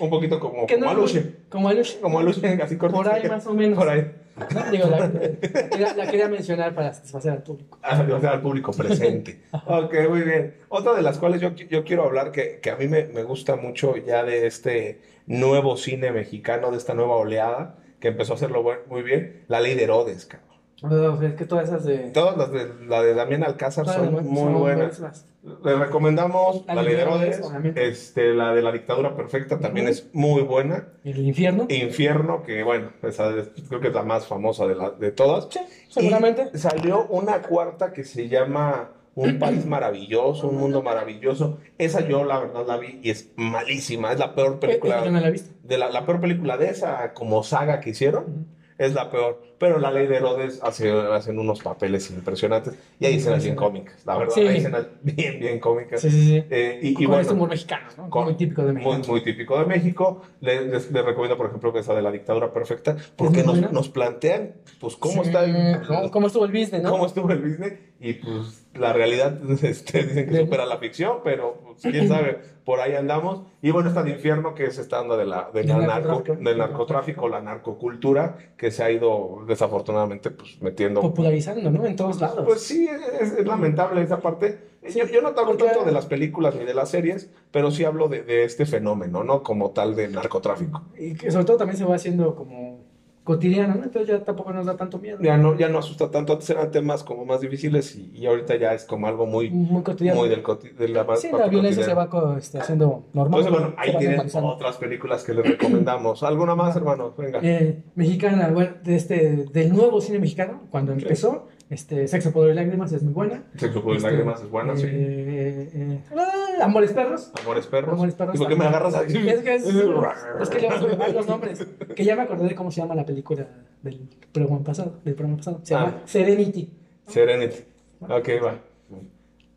Speaker 3: Un poquito como,
Speaker 4: Que no
Speaker 3: como
Speaker 4: es
Speaker 3: Aluche.
Speaker 4: muy- Como Aluche.
Speaker 3: Como Aluche, así corto.
Speaker 4: Por ahí más o menos.
Speaker 3: Por ahí.
Speaker 4: ¿no? Digo, la, la quería- la quería mencionar para satisfacer al público.
Speaker 3: Ah, o sea, al
Speaker 4: [laughs]
Speaker 3: público presente. ok, muy bien. Otra de las cuales yo, qui- yo quiero hablar, que, que a mí me, me gusta mucho ya de este nuevo cine mexicano, de esta nueva oleada, que empezó a hacerlo buen- muy bien, La Ley de Herodes, cabrón.
Speaker 4: Uf, es que todas esas de...
Speaker 3: Todas las de, la de Damián Alcázar
Speaker 4: todas
Speaker 3: son
Speaker 4: las-
Speaker 3: muy
Speaker 4: son
Speaker 3: buenas.
Speaker 4: buenísimas.
Speaker 3: Les recomendamos La,
Speaker 4: La
Speaker 3: Ley de
Speaker 4: Ley de
Speaker 3: Herodes,
Speaker 4: Herodes, obviamente.
Speaker 3: este, la de La Dictadura Perfecta también
Speaker 4: Ujú.
Speaker 3: es muy buena.
Speaker 4: El infierno,
Speaker 3: Infierno, que bueno, esa es- creo que es la más famosa de, la- de todas.
Speaker 4: sí, seguramente.
Speaker 3: Y salió una cuarta que se llama Un país maravilloso, Un mundo maravilloso. Esa yo la verdad la vi y es malísima. Es la peor
Speaker 4: Eh, eh, yo no
Speaker 3: película
Speaker 4: la he visto.
Speaker 3: de la, la peor película de esa como saga que hicieron. Es la peor. Pero la ley de Herodes hace, hacen unos papeles impresionantes y hay escenas bien cómicas. La verdad,
Speaker 4: Sí.
Speaker 3: hay escenas bien, bien cómicas.
Speaker 4: Sí, sí, sí.
Speaker 3: Eh, y, y
Speaker 4: Con
Speaker 3: bueno,
Speaker 4: este humor mexicano, ¿no?
Speaker 3: con-
Speaker 4: muy típico de México.
Speaker 3: muy, muy típico de México. Le- Les, les recomiendo, por ejemplo, que esa de la dictadura perfecta, porque
Speaker 4: muy
Speaker 3: nos,
Speaker 4: buena.
Speaker 3: nos plantean pues cómo
Speaker 4: Sí,
Speaker 3: está el,
Speaker 4: ¿Cómo, cómo estuvo el business, [laughs] no?
Speaker 3: cómo estuvo el business y pues la realidad este, dicen que
Speaker 4: Bien.
Speaker 3: supera la ficción, pero pues, quién sabe, por ahí andamos. Y bueno, está el infierno, que es esta onda de la, de
Speaker 4: Del
Speaker 3: la narco-
Speaker 4: narcotráfico.
Speaker 3: del narcotráfico, la narcocultura, que se ha ido desafortunadamente pues metiendo.
Speaker 4: Popularizando, ¿no? En todos lados.
Speaker 3: Pues sí, es, es lamentable esa parte. Yo, yo no te hablo
Speaker 4: Porque-
Speaker 3: tanto de las películas ni de las series, pero sí hablo de, de este fenómeno, ¿no? Como tal del narcotráfico.
Speaker 4: y que sobre todo también se va haciendo como cotidiano, ¿no? Entonces ya tampoco nos da tanto miedo.
Speaker 3: Ya no, ya no asusta tanto, antes eran temas como más difíciles y, y ahorita ya es como algo muy,
Speaker 4: Muy cotidiano.
Speaker 3: muy del coti- de la
Speaker 4: sí, la violencia se va co- este, haciendo normal.
Speaker 3: Entonces, Pues, bueno,
Speaker 4: Se
Speaker 3: ahí
Speaker 4: va
Speaker 3: tienen
Speaker 4: normalizando.
Speaker 3: otras películas que les recomendamos. ¿Alguna más, hermano? Venga.
Speaker 4: Eh, mexicana, bueno, de este, del nuevo cine mexicano, cuando
Speaker 3: Sí.
Speaker 4: empezó, este, Sexo, Poder y Lágrimas es muy buena.
Speaker 3: Sexo, Pudor y
Speaker 4: Este,
Speaker 3: lágrimas es buena, sí.
Speaker 4: eh, eh, ah, Amores Perros.
Speaker 3: Amores perros.
Speaker 4: Amores Perros
Speaker 3: ¿Y por qué me
Speaker 4: también.
Speaker 3: agarras así?
Speaker 4: Es que, es, es que luego se me van los nombres. Que ya me acordé de cómo se llama la película del programa pasado. Del programa pasado. Se llama Serenity.
Speaker 3: Serenity. Ah. Ok, va.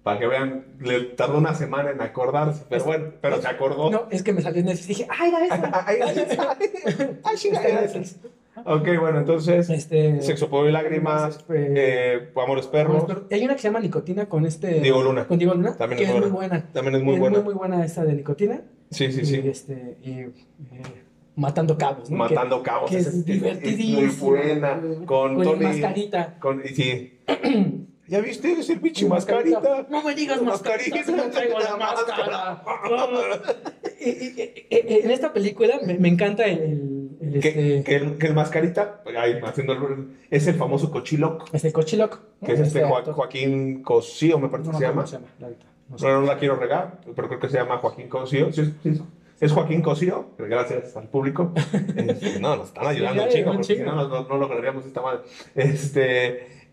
Speaker 3: Para que vean, le tardó una semana en acordarse, pero bueno, pero se acordó. [laughs]
Speaker 4: No, es que me salió en Netflix y dije, ¡ay, era esa!
Speaker 3: Ay, ay,
Speaker 4: [laughs]
Speaker 3: ay, ay,
Speaker 4: Está en
Speaker 3: chingada.
Speaker 4: Netflix.
Speaker 3: Ok, bueno, entonces,
Speaker 4: Este,
Speaker 3: Sexo, Poder y Lágrimas,
Speaker 4: eh,
Speaker 3: eh, Amores
Speaker 4: Amores
Speaker 3: Perros,
Speaker 4: Perros. Hay una que se llama Nicotina con este.
Speaker 3: Diego Luna.
Speaker 4: Con Diego Luna.
Speaker 3: También
Speaker 4: que
Speaker 3: es
Speaker 4: es
Speaker 3: muy
Speaker 4: muy buena.
Speaker 3: También es muy
Speaker 4: es
Speaker 3: buena.
Speaker 4: muy, muy buena esta de Nicotina.
Speaker 3: Sí, sí,
Speaker 4: Y,
Speaker 3: sí.
Speaker 4: este, y, eh, matando cabos. ¿no? Que-
Speaker 3: Matando cabos.
Speaker 4: que
Speaker 3: esa
Speaker 4: es divertidísima.
Speaker 3: es muy buena. Con
Speaker 4: con el
Speaker 3: Tony.
Speaker 4: mascarita.
Speaker 3: Con, y
Speaker 4: [clears throat]
Speaker 3: sí. ¿Ya viste? Es el pinche mascarita.
Speaker 4: No me digas mascarita.
Speaker 3: Mascarita.
Speaker 4: no
Speaker 3: [laughs]
Speaker 4: traigo la máscara.
Speaker 3: Máscara.
Speaker 4: Y- y- y- y- en esta película me, me encanta el, el- el,
Speaker 3: Que,
Speaker 4: este,
Speaker 3: que el, que el mascarita, ay, haciendo el- es el famoso cochiloco,
Speaker 4: este cochiloco. ¿no?
Speaker 3: que es este Jo-
Speaker 4: actor.
Speaker 3: Joaquín Cosío, me parece
Speaker 4: No
Speaker 3: que
Speaker 4: me
Speaker 3: se
Speaker 4: acuerdo
Speaker 3: llama.
Speaker 4: cómo llama, la neta, no sé.
Speaker 3: No, no la quiero regar, pero creo que se llama Joaquín Cosío. Pues Sí, sí, sí. Es Joaquín Cosío, gracias al público. Este, no, nos [laughs] están ayudando
Speaker 4: Sí,
Speaker 3: un chingo,
Speaker 4: un
Speaker 3: porque si
Speaker 4: chingo.
Speaker 3: no, no, no- no lograríamos esta madre. Este,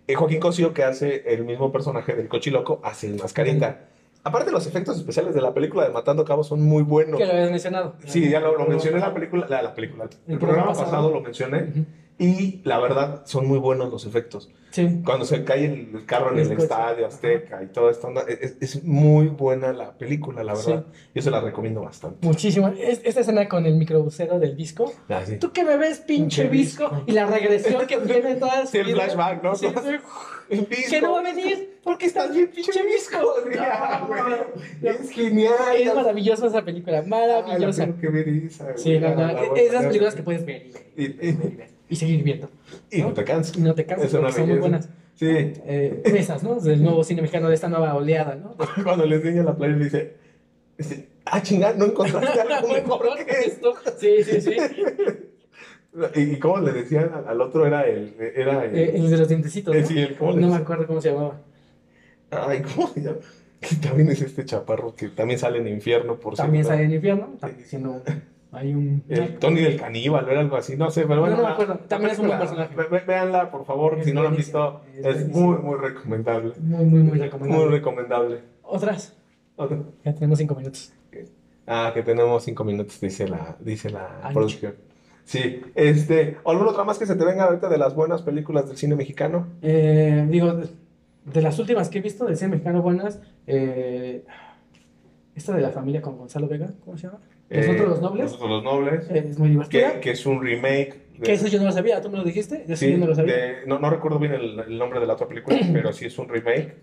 Speaker 3: eh, Joaquín Cosío, que hace el mismo personaje del Cochiloco, hace el mascarita. Aparte, los efectos especiales de la película de Matando Cabos son muy buenos.
Speaker 4: Que lo habías mencionado.
Speaker 3: Sí, ya lo, lo mencioné en la película, la, la película. El, programa pasado. lo mencioné.
Speaker 4: Ujú.
Speaker 3: Y la verdad, son muy buenos los efectos.
Speaker 4: Sí.
Speaker 3: Cuando se cae el, el carro en el
Speaker 4: El coche.
Speaker 3: estadio Azteca y toda esta onda, es, es muy buena la película, la
Speaker 4: Sí.
Speaker 3: verdad. Yo se la recomiendo bastante.
Speaker 4: Muchísimo. Es- esta escena con el microbusero del disco.
Speaker 3: Ah, sí.
Speaker 4: ¿Tú que me ves, pinche
Speaker 3: Pinche disco.
Speaker 4: visco? Y la regresión que tiene toda
Speaker 3: Sí,
Speaker 4: su
Speaker 3: el
Speaker 4: vida.
Speaker 3: flashback, ¿no? [laughs]
Speaker 4: Sí, sí.
Speaker 3: El
Speaker 4: que no va a
Speaker 3: disco. [laughs]
Speaker 4: venir porque estás bien pinche visco.
Speaker 3: Ya, güey.
Speaker 4: no.
Speaker 3: Es genial.
Speaker 4: Es maravillosa esa película,
Speaker 3: Ay, Ah, la
Speaker 4: maravillosa.
Speaker 3: tengo que ver esa, güey.
Speaker 4: Sí, la,
Speaker 3: La-
Speaker 4: la-
Speaker 3: la voy a
Speaker 4: esas
Speaker 3: poner.
Speaker 4: películas que puedes ver y,
Speaker 3: Y- y-
Speaker 4: y seguir viendo.
Speaker 3: y no te cansas.
Speaker 4: Y no te cansas,
Speaker 3: Es una
Speaker 4: porque son muy
Speaker 3: belleza.
Speaker 4: buenas.
Speaker 3: Sí. [laughs]
Speaker 4: Eh, mesas, ¿no? Del nuevo cine mexicano, de esta nueva
Speaker 3: [laughs]
Speaker 4: oleada, ¿no?
Speaker 3: Cuando le enseña la playa, le dice, dice, ah, chingada, no
Speaker 4: [laughs]
Speaker 3: encontraste algo mejor que esto.
Speaker 4: esto. Sí, sí, sí.
Speaker 3: Eh, Y, y como le decían al, al otro, era el, era el,
Speaker 4: Eh, el de los dientecitos.
Speaker 3: eh,
Speaker 4: ¿no?
Speaker 3: sí, el- ¿cómo le
Speaker 4: No me
Speaker 3: decían?
Speaker 4: acuerdo cómo se llamaba.
Speaker 3: Ay, ¿cómo se llama? Que también es este chaparro que también sale en infierno, por
Speaker 4: También
Speaker 3: cierto.
Speaker 4: sale en infierno, también siendo un- hay un.
Speaker 3: El Tony del caníbal, era algo así, no sé, pero bueno.
Speaker 4: No, no me
Speaker 3: la-
Speaker 4: acuerdo.
Speaker 3: la
Speaker 4: También es un buen
Speaker 3: película,
Speaker 4: personaje.
Speaker 3: ve- ve- véanla, por favor,
Speaker 4: Es
Speaker 3: si no la han
Speaker 4: buenísimo,
Speaker 3: visto,
Speaker 4: es
Speaker 3: es
Speaker 4: buenísimo.
Speaker 3: muy, muy recomendable.
Speaker 4: Muy, muy, muy recomendable.
Speaker 3: Muy recomendable.
Speaker 4: Otras.
Speaker 3: Otra.
Speaker 4: Ya tenemos cinco minutos.
Speaker 3: Ah, que tenemos cinco minutos, dice la, dice la
Speaker 4: Ancho.
Speaker 3: producción. Sí, este, ¿o ¿alguna otra más que se te venga ahorita de las buenas películas del cine mexicano?
Speaker 4: Eh, digo, de, de las últimas que he visto de cine mexicano buenas, eh, Esta de la familia con Gonzalo Vega, ¿cómo se llama? Nosotros los nobles.
Speaker 3: Nosotros los nobles.
Speaker 4: Eh, es muy divertida.
Speaker 3: que, que es un remake. de-
Speaker 4: Que eso yo no lo sabía, tú me lo dijiste, yo sí,
Speaker 3: Sí,
Speaker 4: yo no lo sabía.
Speaker 3: de- no, no recuerdo bien el, el nombre de la otra
Speaker 4: [clears throat]
Speaker 3: película, pero sí es un remake.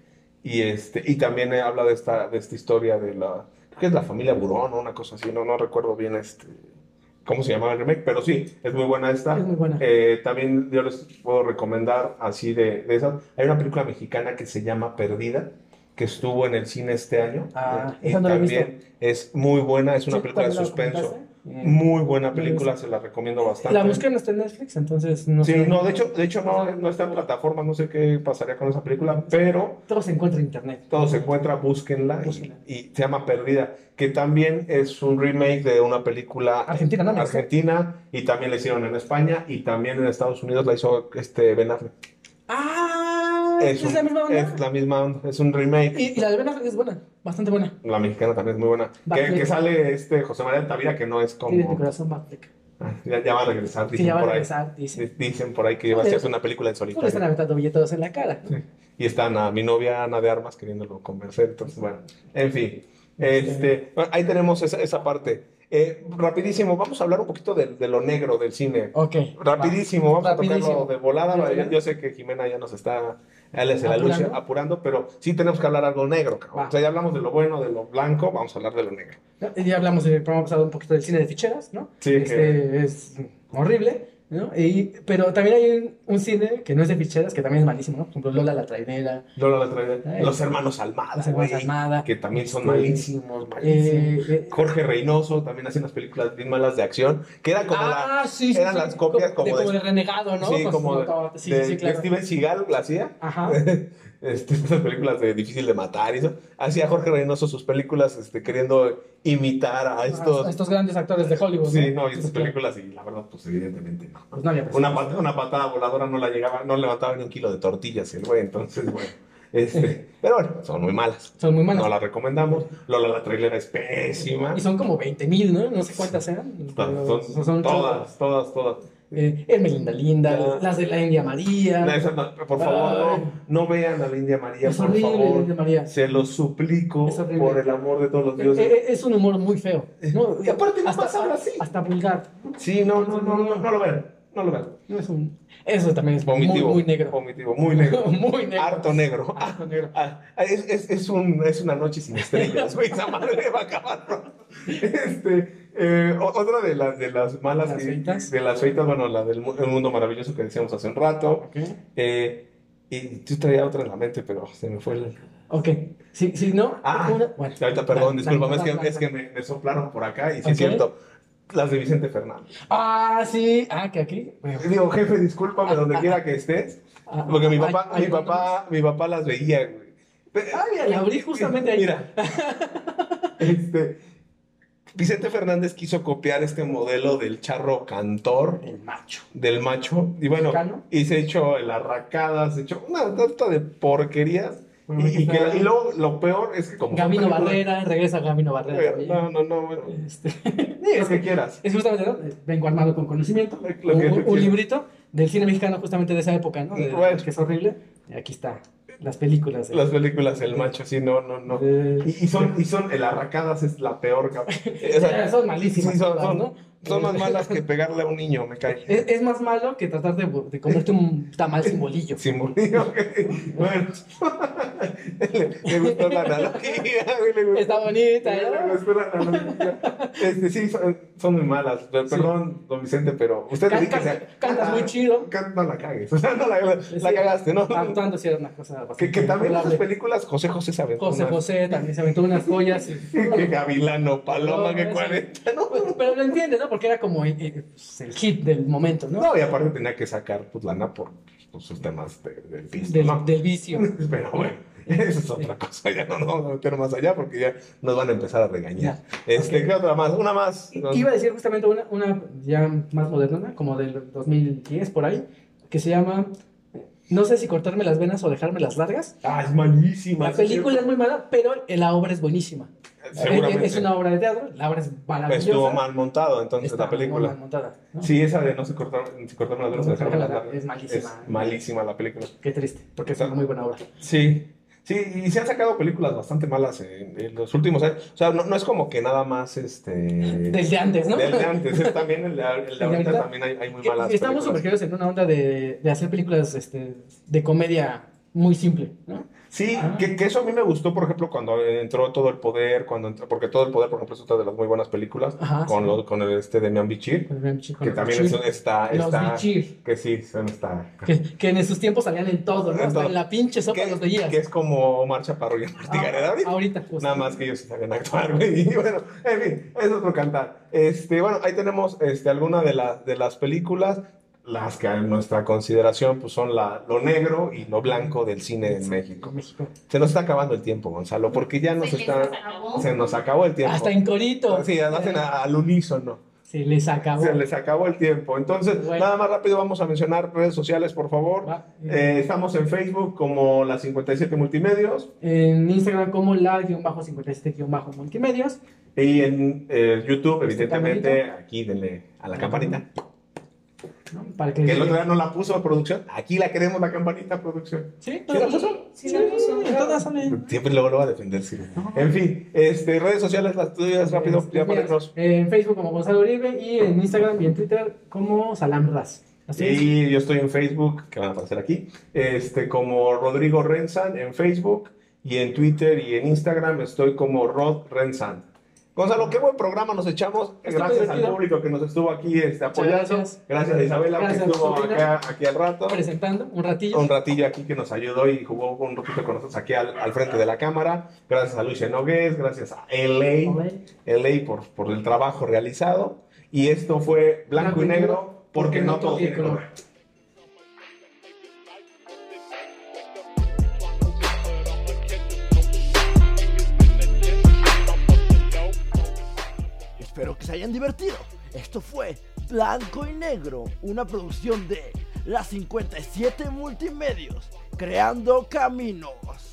Speaker 3: Y, este, y también eh, habla de esta, de esta historia de la... Creo que es la familia Burón o una cosa así. No, no recuerdo bien este, cómo se llamaba el remake, pero sí, es muy buena esta.
Speaker 4: Es muy buena.
Speaker 3: Eh, también yo les puedo recomendar así de, de esas. Hay una película mexicana que se llama Perdida, que estuvo en el cine este año.
Speaker 4: Ah,
Speaker 3: Eh, y
Speaker 4: esa no la he visto.
Speaker 3: también es muy buena, es una
Speaker 4: Sí,
Speaker 3: película de
Speaker 4: ¿también la
Speaker 3: suspenso.
Speaker 4: comentaste?
Speaker 3: Muy buena
Speaker 4: No la he
Speaker 3: película, se la recomiendo bastante.
Speaker 4: La buscan hasta en Netflix, entonces no
Speaker 3: Sí,
Speaker 4: sé.
Speaker 3: no, de hecho, de hecho no, no está en plataforma, no sé qué pasaría con esa película, pero
Speaker 4: Todo se encuentra en internet.
Speaker 3: todo se encuentra, búsquenla y-
Speaker 4: Búsquenla.
Speaker 3: y, se llama Perdida, que también es un remake de una película
Speaker 4: Argentina, ¿no?
Speaker 3: argentina y también la hicieron en España y también en Estados Unidos la hizo este Ben Affleck.
Speaker 4: ¡Ah! Es,
Speaker 3: un-
Speaker 4: la misma onda.
Speaker 3: Es la misma onda, es un remake.
Speaker 4: Y, y la de Ben Affleck es buena, bastante buena.
Speaker 3: La mexicana también es muy buena.
Speaker 4: Va,
Speaker 3: Que,
Speaker 4: sí.
Speaker 3: que sale este José María Tavira, que no es
Speaker 4: Tiene tu
Speaker 3: como...
Speaker 4: corazón, Batfleck.
Speaker 3: Ah, Ya, ya va a regresar,
Speaker 4: Que
Speaker 3: dicen
Speaker 4: ya va a
Speaker 3: por ahí.
Speaker 4: regresar, dice.
Speaker 3: Di- Dicen por ahí que va a
Speaker 4: Sí.
Speaker 3: hacerse una película en
Speaker 4: Tú le están
Speaker 3: solitario.
Speaker 4: aventando billetes en la cara. ¿no?
Speaker 3: Y está Ana, mi novia Ana de Armas queriéndolo convencer. Entonces, bueno, en fin. Este, bueno, ahí tenemos esa, esa parte. Eh, rapidísimo, vamos a hablar un poquito de, de lo negro del cine.
Speaker 4: Ok.
Speaker 3: Rapidísimo, vamos a
Speaker 4: Rapidísimo.
Speaker 3: tocarlo de volada.
Speaker 4: ¿De
Speaker 3: Yo,
Speaker 4: volada?
Speaker 3: yo sé que Jimena ya nos está, ya le hace la
Speaker 4: ¿Apurando?
Speaker 3: lucha apurando, pero sí tenemos que hablar algo negro. cabrón.
Speaker 4: Va.
Speaker 3: O sea, ya hablamos de lo bueno, de lo blanco, vamos a hablar de lo negro.
Speaker 4: Ya- Ya hablamos en el programa pasado un poquito del cine de ficheras, ¿no?
Speaker 3: Sí,
Speaker 4: Este es horrible, ¿no? Y, pero también hay un, un cine que no es de ficheras, que también es malísimo, ¿no? Por ejemplo, Lola la traidera,
Speaker 3: Lola la traidora.
Speaker 4: Ay.
Speaker 3: Los hermanos Almada,
Speaker 4: Las hermanas
Speaker 3: Ah, güey,
Speaker 4: eh, Almada.
Speaker 3: que también son
Speaker 4: Este,
Speaker 3: malísimos, malísimos.
Speaker 4: eh, eh,
Speaker 3: Jorge Reynoso también hacía unas películas bien malas de acción, que era como la,
Speaker 4: ah, sí, sí,
Speaker 3: eran
Speaker 4: sí,
Speaker 3: las copias como
Speaker 4: de,
Speaker 3: de-
Speaker 4: de Renegado, ¿no?
Speaker 3: sí,
Speaker 4: Con
Speaker 3: como
Speaker 4: su
Speaker 3: de,
Speaker 4: moto, sí,
Speaker 3: de-
Speaker 4: sí, claro.
Speaker 3: Steven Seagal la hacía.
Speaker 4: Ajá.
Speaker 3: Este, [laughs] esas películas de difícil de matar y eso. Hacía Jorge Reynoso sus películas este, queriendo imitar a
Speaker 4: Ah, A- a
Speaker 3: estos.
Speaker 4: estos grandes actores de Hollywood.
Speaker 3: Sí, no, y estas
Speaker 4: claro.
Speaker 3: películas, y la verdad, pues evidentemente no.
Speaker 4: Pues no había presupuesto.
Speaker 3: Una, pat- una patada voladora no la llegaba, no levantaba ni un kilo de tortillas el güey, entonces, bueno. Este,
Speaker 4: [laughs]
Speaker 3: pero bueno, son muy malas.
Speaker 4: Son muy malas.
Speaker 3: No las recomendamos. Lola la trailera es pésima.
Speaker 4: Y son como 20 mil, ¿no? No sé cuántas eran. pero
Speaker 3: Son,
Speaker 4: son-
Speaker 3: todas, todas, todas.
Speaker 4: Eh, Ermelinda Linda,
Speaker 3: Ya.
Speaker 4: las de la India María.
Speaker 3: No, esa no, por favor,
Speaker 4: Ay.
Speaker 3: no, no vean a la India María,
Speaker 4: es
Speaker 3: por
Speaker 4: horrible la
Speaker 3: favor.
Speaker 4: India María.
Speaker 3: Se los suplico
Speaker 4: Es horrible.
Speaker 3: por el amor de todos los
Speaker 4: Eh,
Speaker 3: dioses.
Speaker 4: eh, es un humor muy feo. ¿no?
Speaker 3: [laughs] Y aparte no pasaban así.
Speaker 4: Hasta vulgar.
Speaker 3: Sí, no, no, no, no, no lo vean. No lo vean.
Speaker 4: No es un- Eso también es muy,
Speaker 3: Vomitivo.
Speaker 4: muy negro.
Speaker 3: Vomitivo, muy negro.
Speaker 4: [laughs] Muy negro.
Speaker 3: Harto negro. Ah,
Speaker 4: [laughs] Harto negro.
Speaker 3: ah, es, es, es, un, es una noche sin estrellas, güey. Esa madre va a acabar. pronto. Este, eh, o- otra de las, de las malas.
Speaker 4: Las
Speaker 3: que-
Speaker 4: feitas.
Speaker 3: De las feitas, bueno, la del mu- el mundo maravilloso que decíamos hace un rato.
Speaker 4: Ok.
Speaker 3: Eh, y tú traía otra en la mente, pero se me fue el.
Speaker 4: Ok. Si, si no,
Speaker 3: Ah,
Speaker 4: una- bueno.
Speaker 3: ahorita, perdón,
Speaker 4: La- la-
Speaker 3: discúlpame, es
Speaker 4: la-
Speaker 3: que,
Speaker 4: la-
Speaker 3: es que me, me soplaron por acá y sí
Speaker 4: Ok.
Speaker 3: es cierto. Las de Vicente Fernández.
Speaker 4: Ah, sí. Ah, que aquí. bueno,
Speaker 3: Digo, jefe, discúlpame donde quiera que estés,
Speaker 4: ah,
Speaker 3: porque mi
Speaker 4: ah,
Speaker 3: papá,
Speaker 4: ah,
Speaker 3: mi papá, mi papá las veía, güey. Pe- eh,
Speaker 4: Ah, mira, la abrí justamente ahí.
Speaker 3: Mira. [laughs] Este, Vicente Fernández quiso copiar este modelo del charro cantor,
Speaker 4: El macho.
Speaker 3: del macho, y bueno,
Speaker 4: Mexicano.
Speaker 3: y se echó el arracada, se echó una tarta de porquerías.
Speaker 4: Bueno,
Speaker 3: y,
Speaker 4: aquí
Speaker 3: y que-
Speaker 4: está.
Speaker 3: y luego lo peor es que como son
Speaker 4: Gamino
Speaker 3: películas-
Speaker 4: Barrera, regresa Gamino Barrera.
Speaker 3: Eh,
Speaker 4: también.
Speaker 3: No, no, no, bueno.
Speaker 4: Este,
Speaker 3: Lo que quieras.
Speaker 4: Es justamente, ¿no? Eh, Vengo armado con conocimiento.
Speaker 3: Lo que tú
Speaker 4: Un, un
Speaker 3: quieras.
Speaker 4: librito del cine mexicano justamente de esa época, ¿no? De-
Speaker 3: Bueno.
Speaker 4: Que es horrible. Y aquí está. Las películas. de-
Speaker 3: Las películas El Macho, sí, no, no, no.
Speaker 4: de-
Speaker 3: Y, y son, y son, el arracadas es la peor, cabrón. [laughs] O
Speaker 4: Eh,
Speaker 3: sea,
Speaker 4: [laughs] son malísimas.
Speaker 3: sí, son-
Speaker 4: todas,
Speaker 3: son-
Speaker 4: ¿no?
Speaker 3: son más
Speaker 4: Eh,
Speaker 3: malas que pegarle a un niño, me cae.
Speaker 4: [laughs] Es, es más malo que tratar de, de comerte un tamal sin bolillo.
Speaker 3: Sin morir, ok. Bueno, le, [laughs] le gustó la analogía, güey, le gustó.
Speaker 4: Está bonita, ¿eh?
Speaker 3: Le
Speaker 4: ¿no?
Speaker 3: gustó la analogía. Este, sí, son, son muy malas. Pero,
Speaker 4: Sí.
Speaker 3: Perdón, don Vicente, pero usted
Speaker 4: Can-
Speaker 3: dedíquese a-
Speaker 4: can- cantas muy chido. Ah,
Speaker 3: Can- No la cagues. [laughs] O sea, no Ah, la, la- la cagaste, ¿no?
Speaker 4: Actuando sí era una cosa bastante
Speaker 3: Que, que también esas
Speaker 4: culpable.
Speaker 3: películas, José José sabe.
Speaker 4: José José también se aventó unas joyas. y-
Speaker 3: [laughs]
Speaker 4: [laughs]
Speaker 3: Que Gavilano, Paloma,
Speaker 4: No,
Speaker 3: que
Speaker 4: eso.
Speaker 3: 40, ¿no?
Speaker 4: Pero- Pero lo entiendes, ¿no? Porque era como eh, eh, pues, el hit del momento, ¿no?
Speaker 3: No, y aparte tenía que sacar pues lana por, por sus temas de, del piso,
Speaker 4: Del,
Speaker 3: ¿no?
Speaker 4: del vicio.
Speaker 3: [laughs] Pero bueno, eso es otra cosa, ya no nos vamos a meter más allá porque ya nos van a empezar a regañar. Este,
Speaker 4: ok.
Speaker 3: ¿qué otra más? Una más. ¿no?
Speaker 4: Iba a decir justamente una, una ya más moderna, como del 2010 por ahí, que se llama No sé si cortarme las venas o dejarme las largas.
Speaker 3: Ah, es malísima.
Speaker 4: La
Speaker 3: sí,
Speaker 4: película es muy mala, pero la obra es buenísima.
Speaker 3: cierto. Seguramente. Pues
Speaker 4: Es una obra de teatro, la obra es maravillosa.
Speaker 3: Estuvo mal montado entonces
Speaker 4: Está
Speaker 3: la
Speaker 4: muy
Speaker 3: película.
Speaker 4: mal montada, ¿no?
Speaker 3: Sí, esa de no se cortaron, se cortaron las venas,
Speaker 4: No se
Speaker 3: dejaron
Speaker 4: cortaron
Speaker 3: las
Speaker 4: la- es
Speaker 3: largas.
Speaker 4: malísima.
Speaker 3: Es malísima la película.
Speaker 4: Qué triste, porque es una muy buena obra.
Speaker 3: Sí. Sí, y se han sacado películas bastante malas en, en los últimos años. O sea, no, no es como que nada más este. Del
Speaker 4: Desde antes, ¿no?
Speaker 3: de antes. Es también el de,
Speaker 4: [laughs]
Speaker 3: el de ahorita
Speaker 4: ahorita-
Speaker 3: también hay, hay muy malas. películas.
Speaker 4: Estamos sumergidos en una onda de, de hacer películas este, de comedia muy simple, ¿no?
Speaker 3: Sí,
Speaker 4: Ah.
Speaker 3: que, que eso a mí me gustó, por ejemplo, cuando entró Todo el Poder, cuando entró, porque Todo el Poder, por ejemplo, es otra de las muy buenas películas,
Speaker 4: Ajá,
Speaker 3: con,
Speaker 4: sí.
Speaker 3: los- con el este Demian Bichir,
Speaker 4: Con el Bichir, con
Speaker 3: que
Speaker 4: el
Speaker 3: también
Speaker 4: Bichir.
Speaker 3: es- está,
Speaker 4: Los
Speaker 3: está,
Speaker 4: Bichir,
Speaker 3: que sí, son- está,
Speaker 4: [laughs] que, que en sus tiempos salían en todo, ¿no?
Speaker 3: En
Speaker 4: Hasta
Speaker 3: todo.
Speaker 4: en la pinche sopa
Speaker 3: que,
Speaker 4: los veías.
Speaker 3: que es como Omar Chaparro y
Speaker 4: Ah,
Speaker 3: Martí Gareda ahorita.
Speaker 4: Ahorita, pues, justo.
Speaker 3: Nada más que ellos sí saben actuar, güey. Y bueno, en fin, es otro cantar. Este, bueno, ahí tenemos este, alguna de, las de las películas, las que a nuestra consideración pues, son la, lo negro y lo blanco del cine en México. Se nos está acabando el tiempo, Gonzalo, porque ya nos
Speaker 6: Se les
Speaker 3: está.
Speaker 6: acabó.
Speaker 3: Se nos acabó el tiempo.
Speaker 4: Hasta en corito. Eh,
Speaker 3: Sí, lo hacen a- al unísono.
Speaker 4: Se les acabó.
Speaker 3: Se les acabó el tiempo. Entonces,
Speaker 4: Bueno.
Speaker 3: nada más rápido vamos a mencionar redes sociales, por favor.
Speaker 4: Va.
Speaker 3: Eh, estamos en Facebook como la 57 Multimedios.
Speaker 4: En Instagram como la-57-multimedios.
Speaker 3: Y en eh, YouTube,
Speaker 4: Este
Speaker 3: evidentemente, aquí denle a la campanita.
Speaker 4: ¿no? Para que
Speaker 3: Que
Speaker 4: les
Speaker 3: el otro
Speaker 4: llegue.
Speaker 3: día no la puso producción. Aquí la queremos la campanita producción.
Speaker 4: ¿Sí?
Speaker 3: ¿Sí la
Speaker 4: ¿Todas
Speaker 3: puso?
Speaker 4: Sí, en todas salen.
Speaker 3: Siempre luego lo va a defender, sí. En fin, este, redes sociales, las tuyas, rápido,
Speaker 4: Este,
Speaker 3: ya
Speaker 4: mira,
Speaker 3: para irnos.
Speaker 4: En Facebook como Gonzalo Uribe y en Instagram y en Twitter como Salam Raz. Así es.
Speaker 3: Y yo estoy en Facebook, que van a aparecer aquí, este, como Rodrigo Renzan en Facebook y en Twitter y en Instagram estoy como Rod Renzan. Gonzalo, qué buen programa nos echamos.
Speaker 4: Está
Speaker 3: gracias al
Speaker 4: divertido.
Speaker 3: público que nos estuvo aquí este, apoyando. Gracias.
Speaker 4: gracias.
Speaker 3: a Isabela
Speaker 4: Gracias,
Speaker 3: que estuvo
Speaker 4: Sabrina.
Speaker 3: acá, aquí al rato.
Speaker 4: presentando un ratillo.
Speaker 3: un ratillo aquí que nos ayudó y jugó un ratito con nosotros aquí al, al frente de la cámara. Gracias a Luis Enogues, gracias a LA,
Speaker 4: Olé.
Speaker 3: LA por, por el trabajo realizado. Y esto fue Blanco, y Negro, porque no todo tiene color.
Speaker 1: Espero que se hayan divertido. Esto fue Blanco y Negro, una producción de La 57 Multimedios, creando caminos.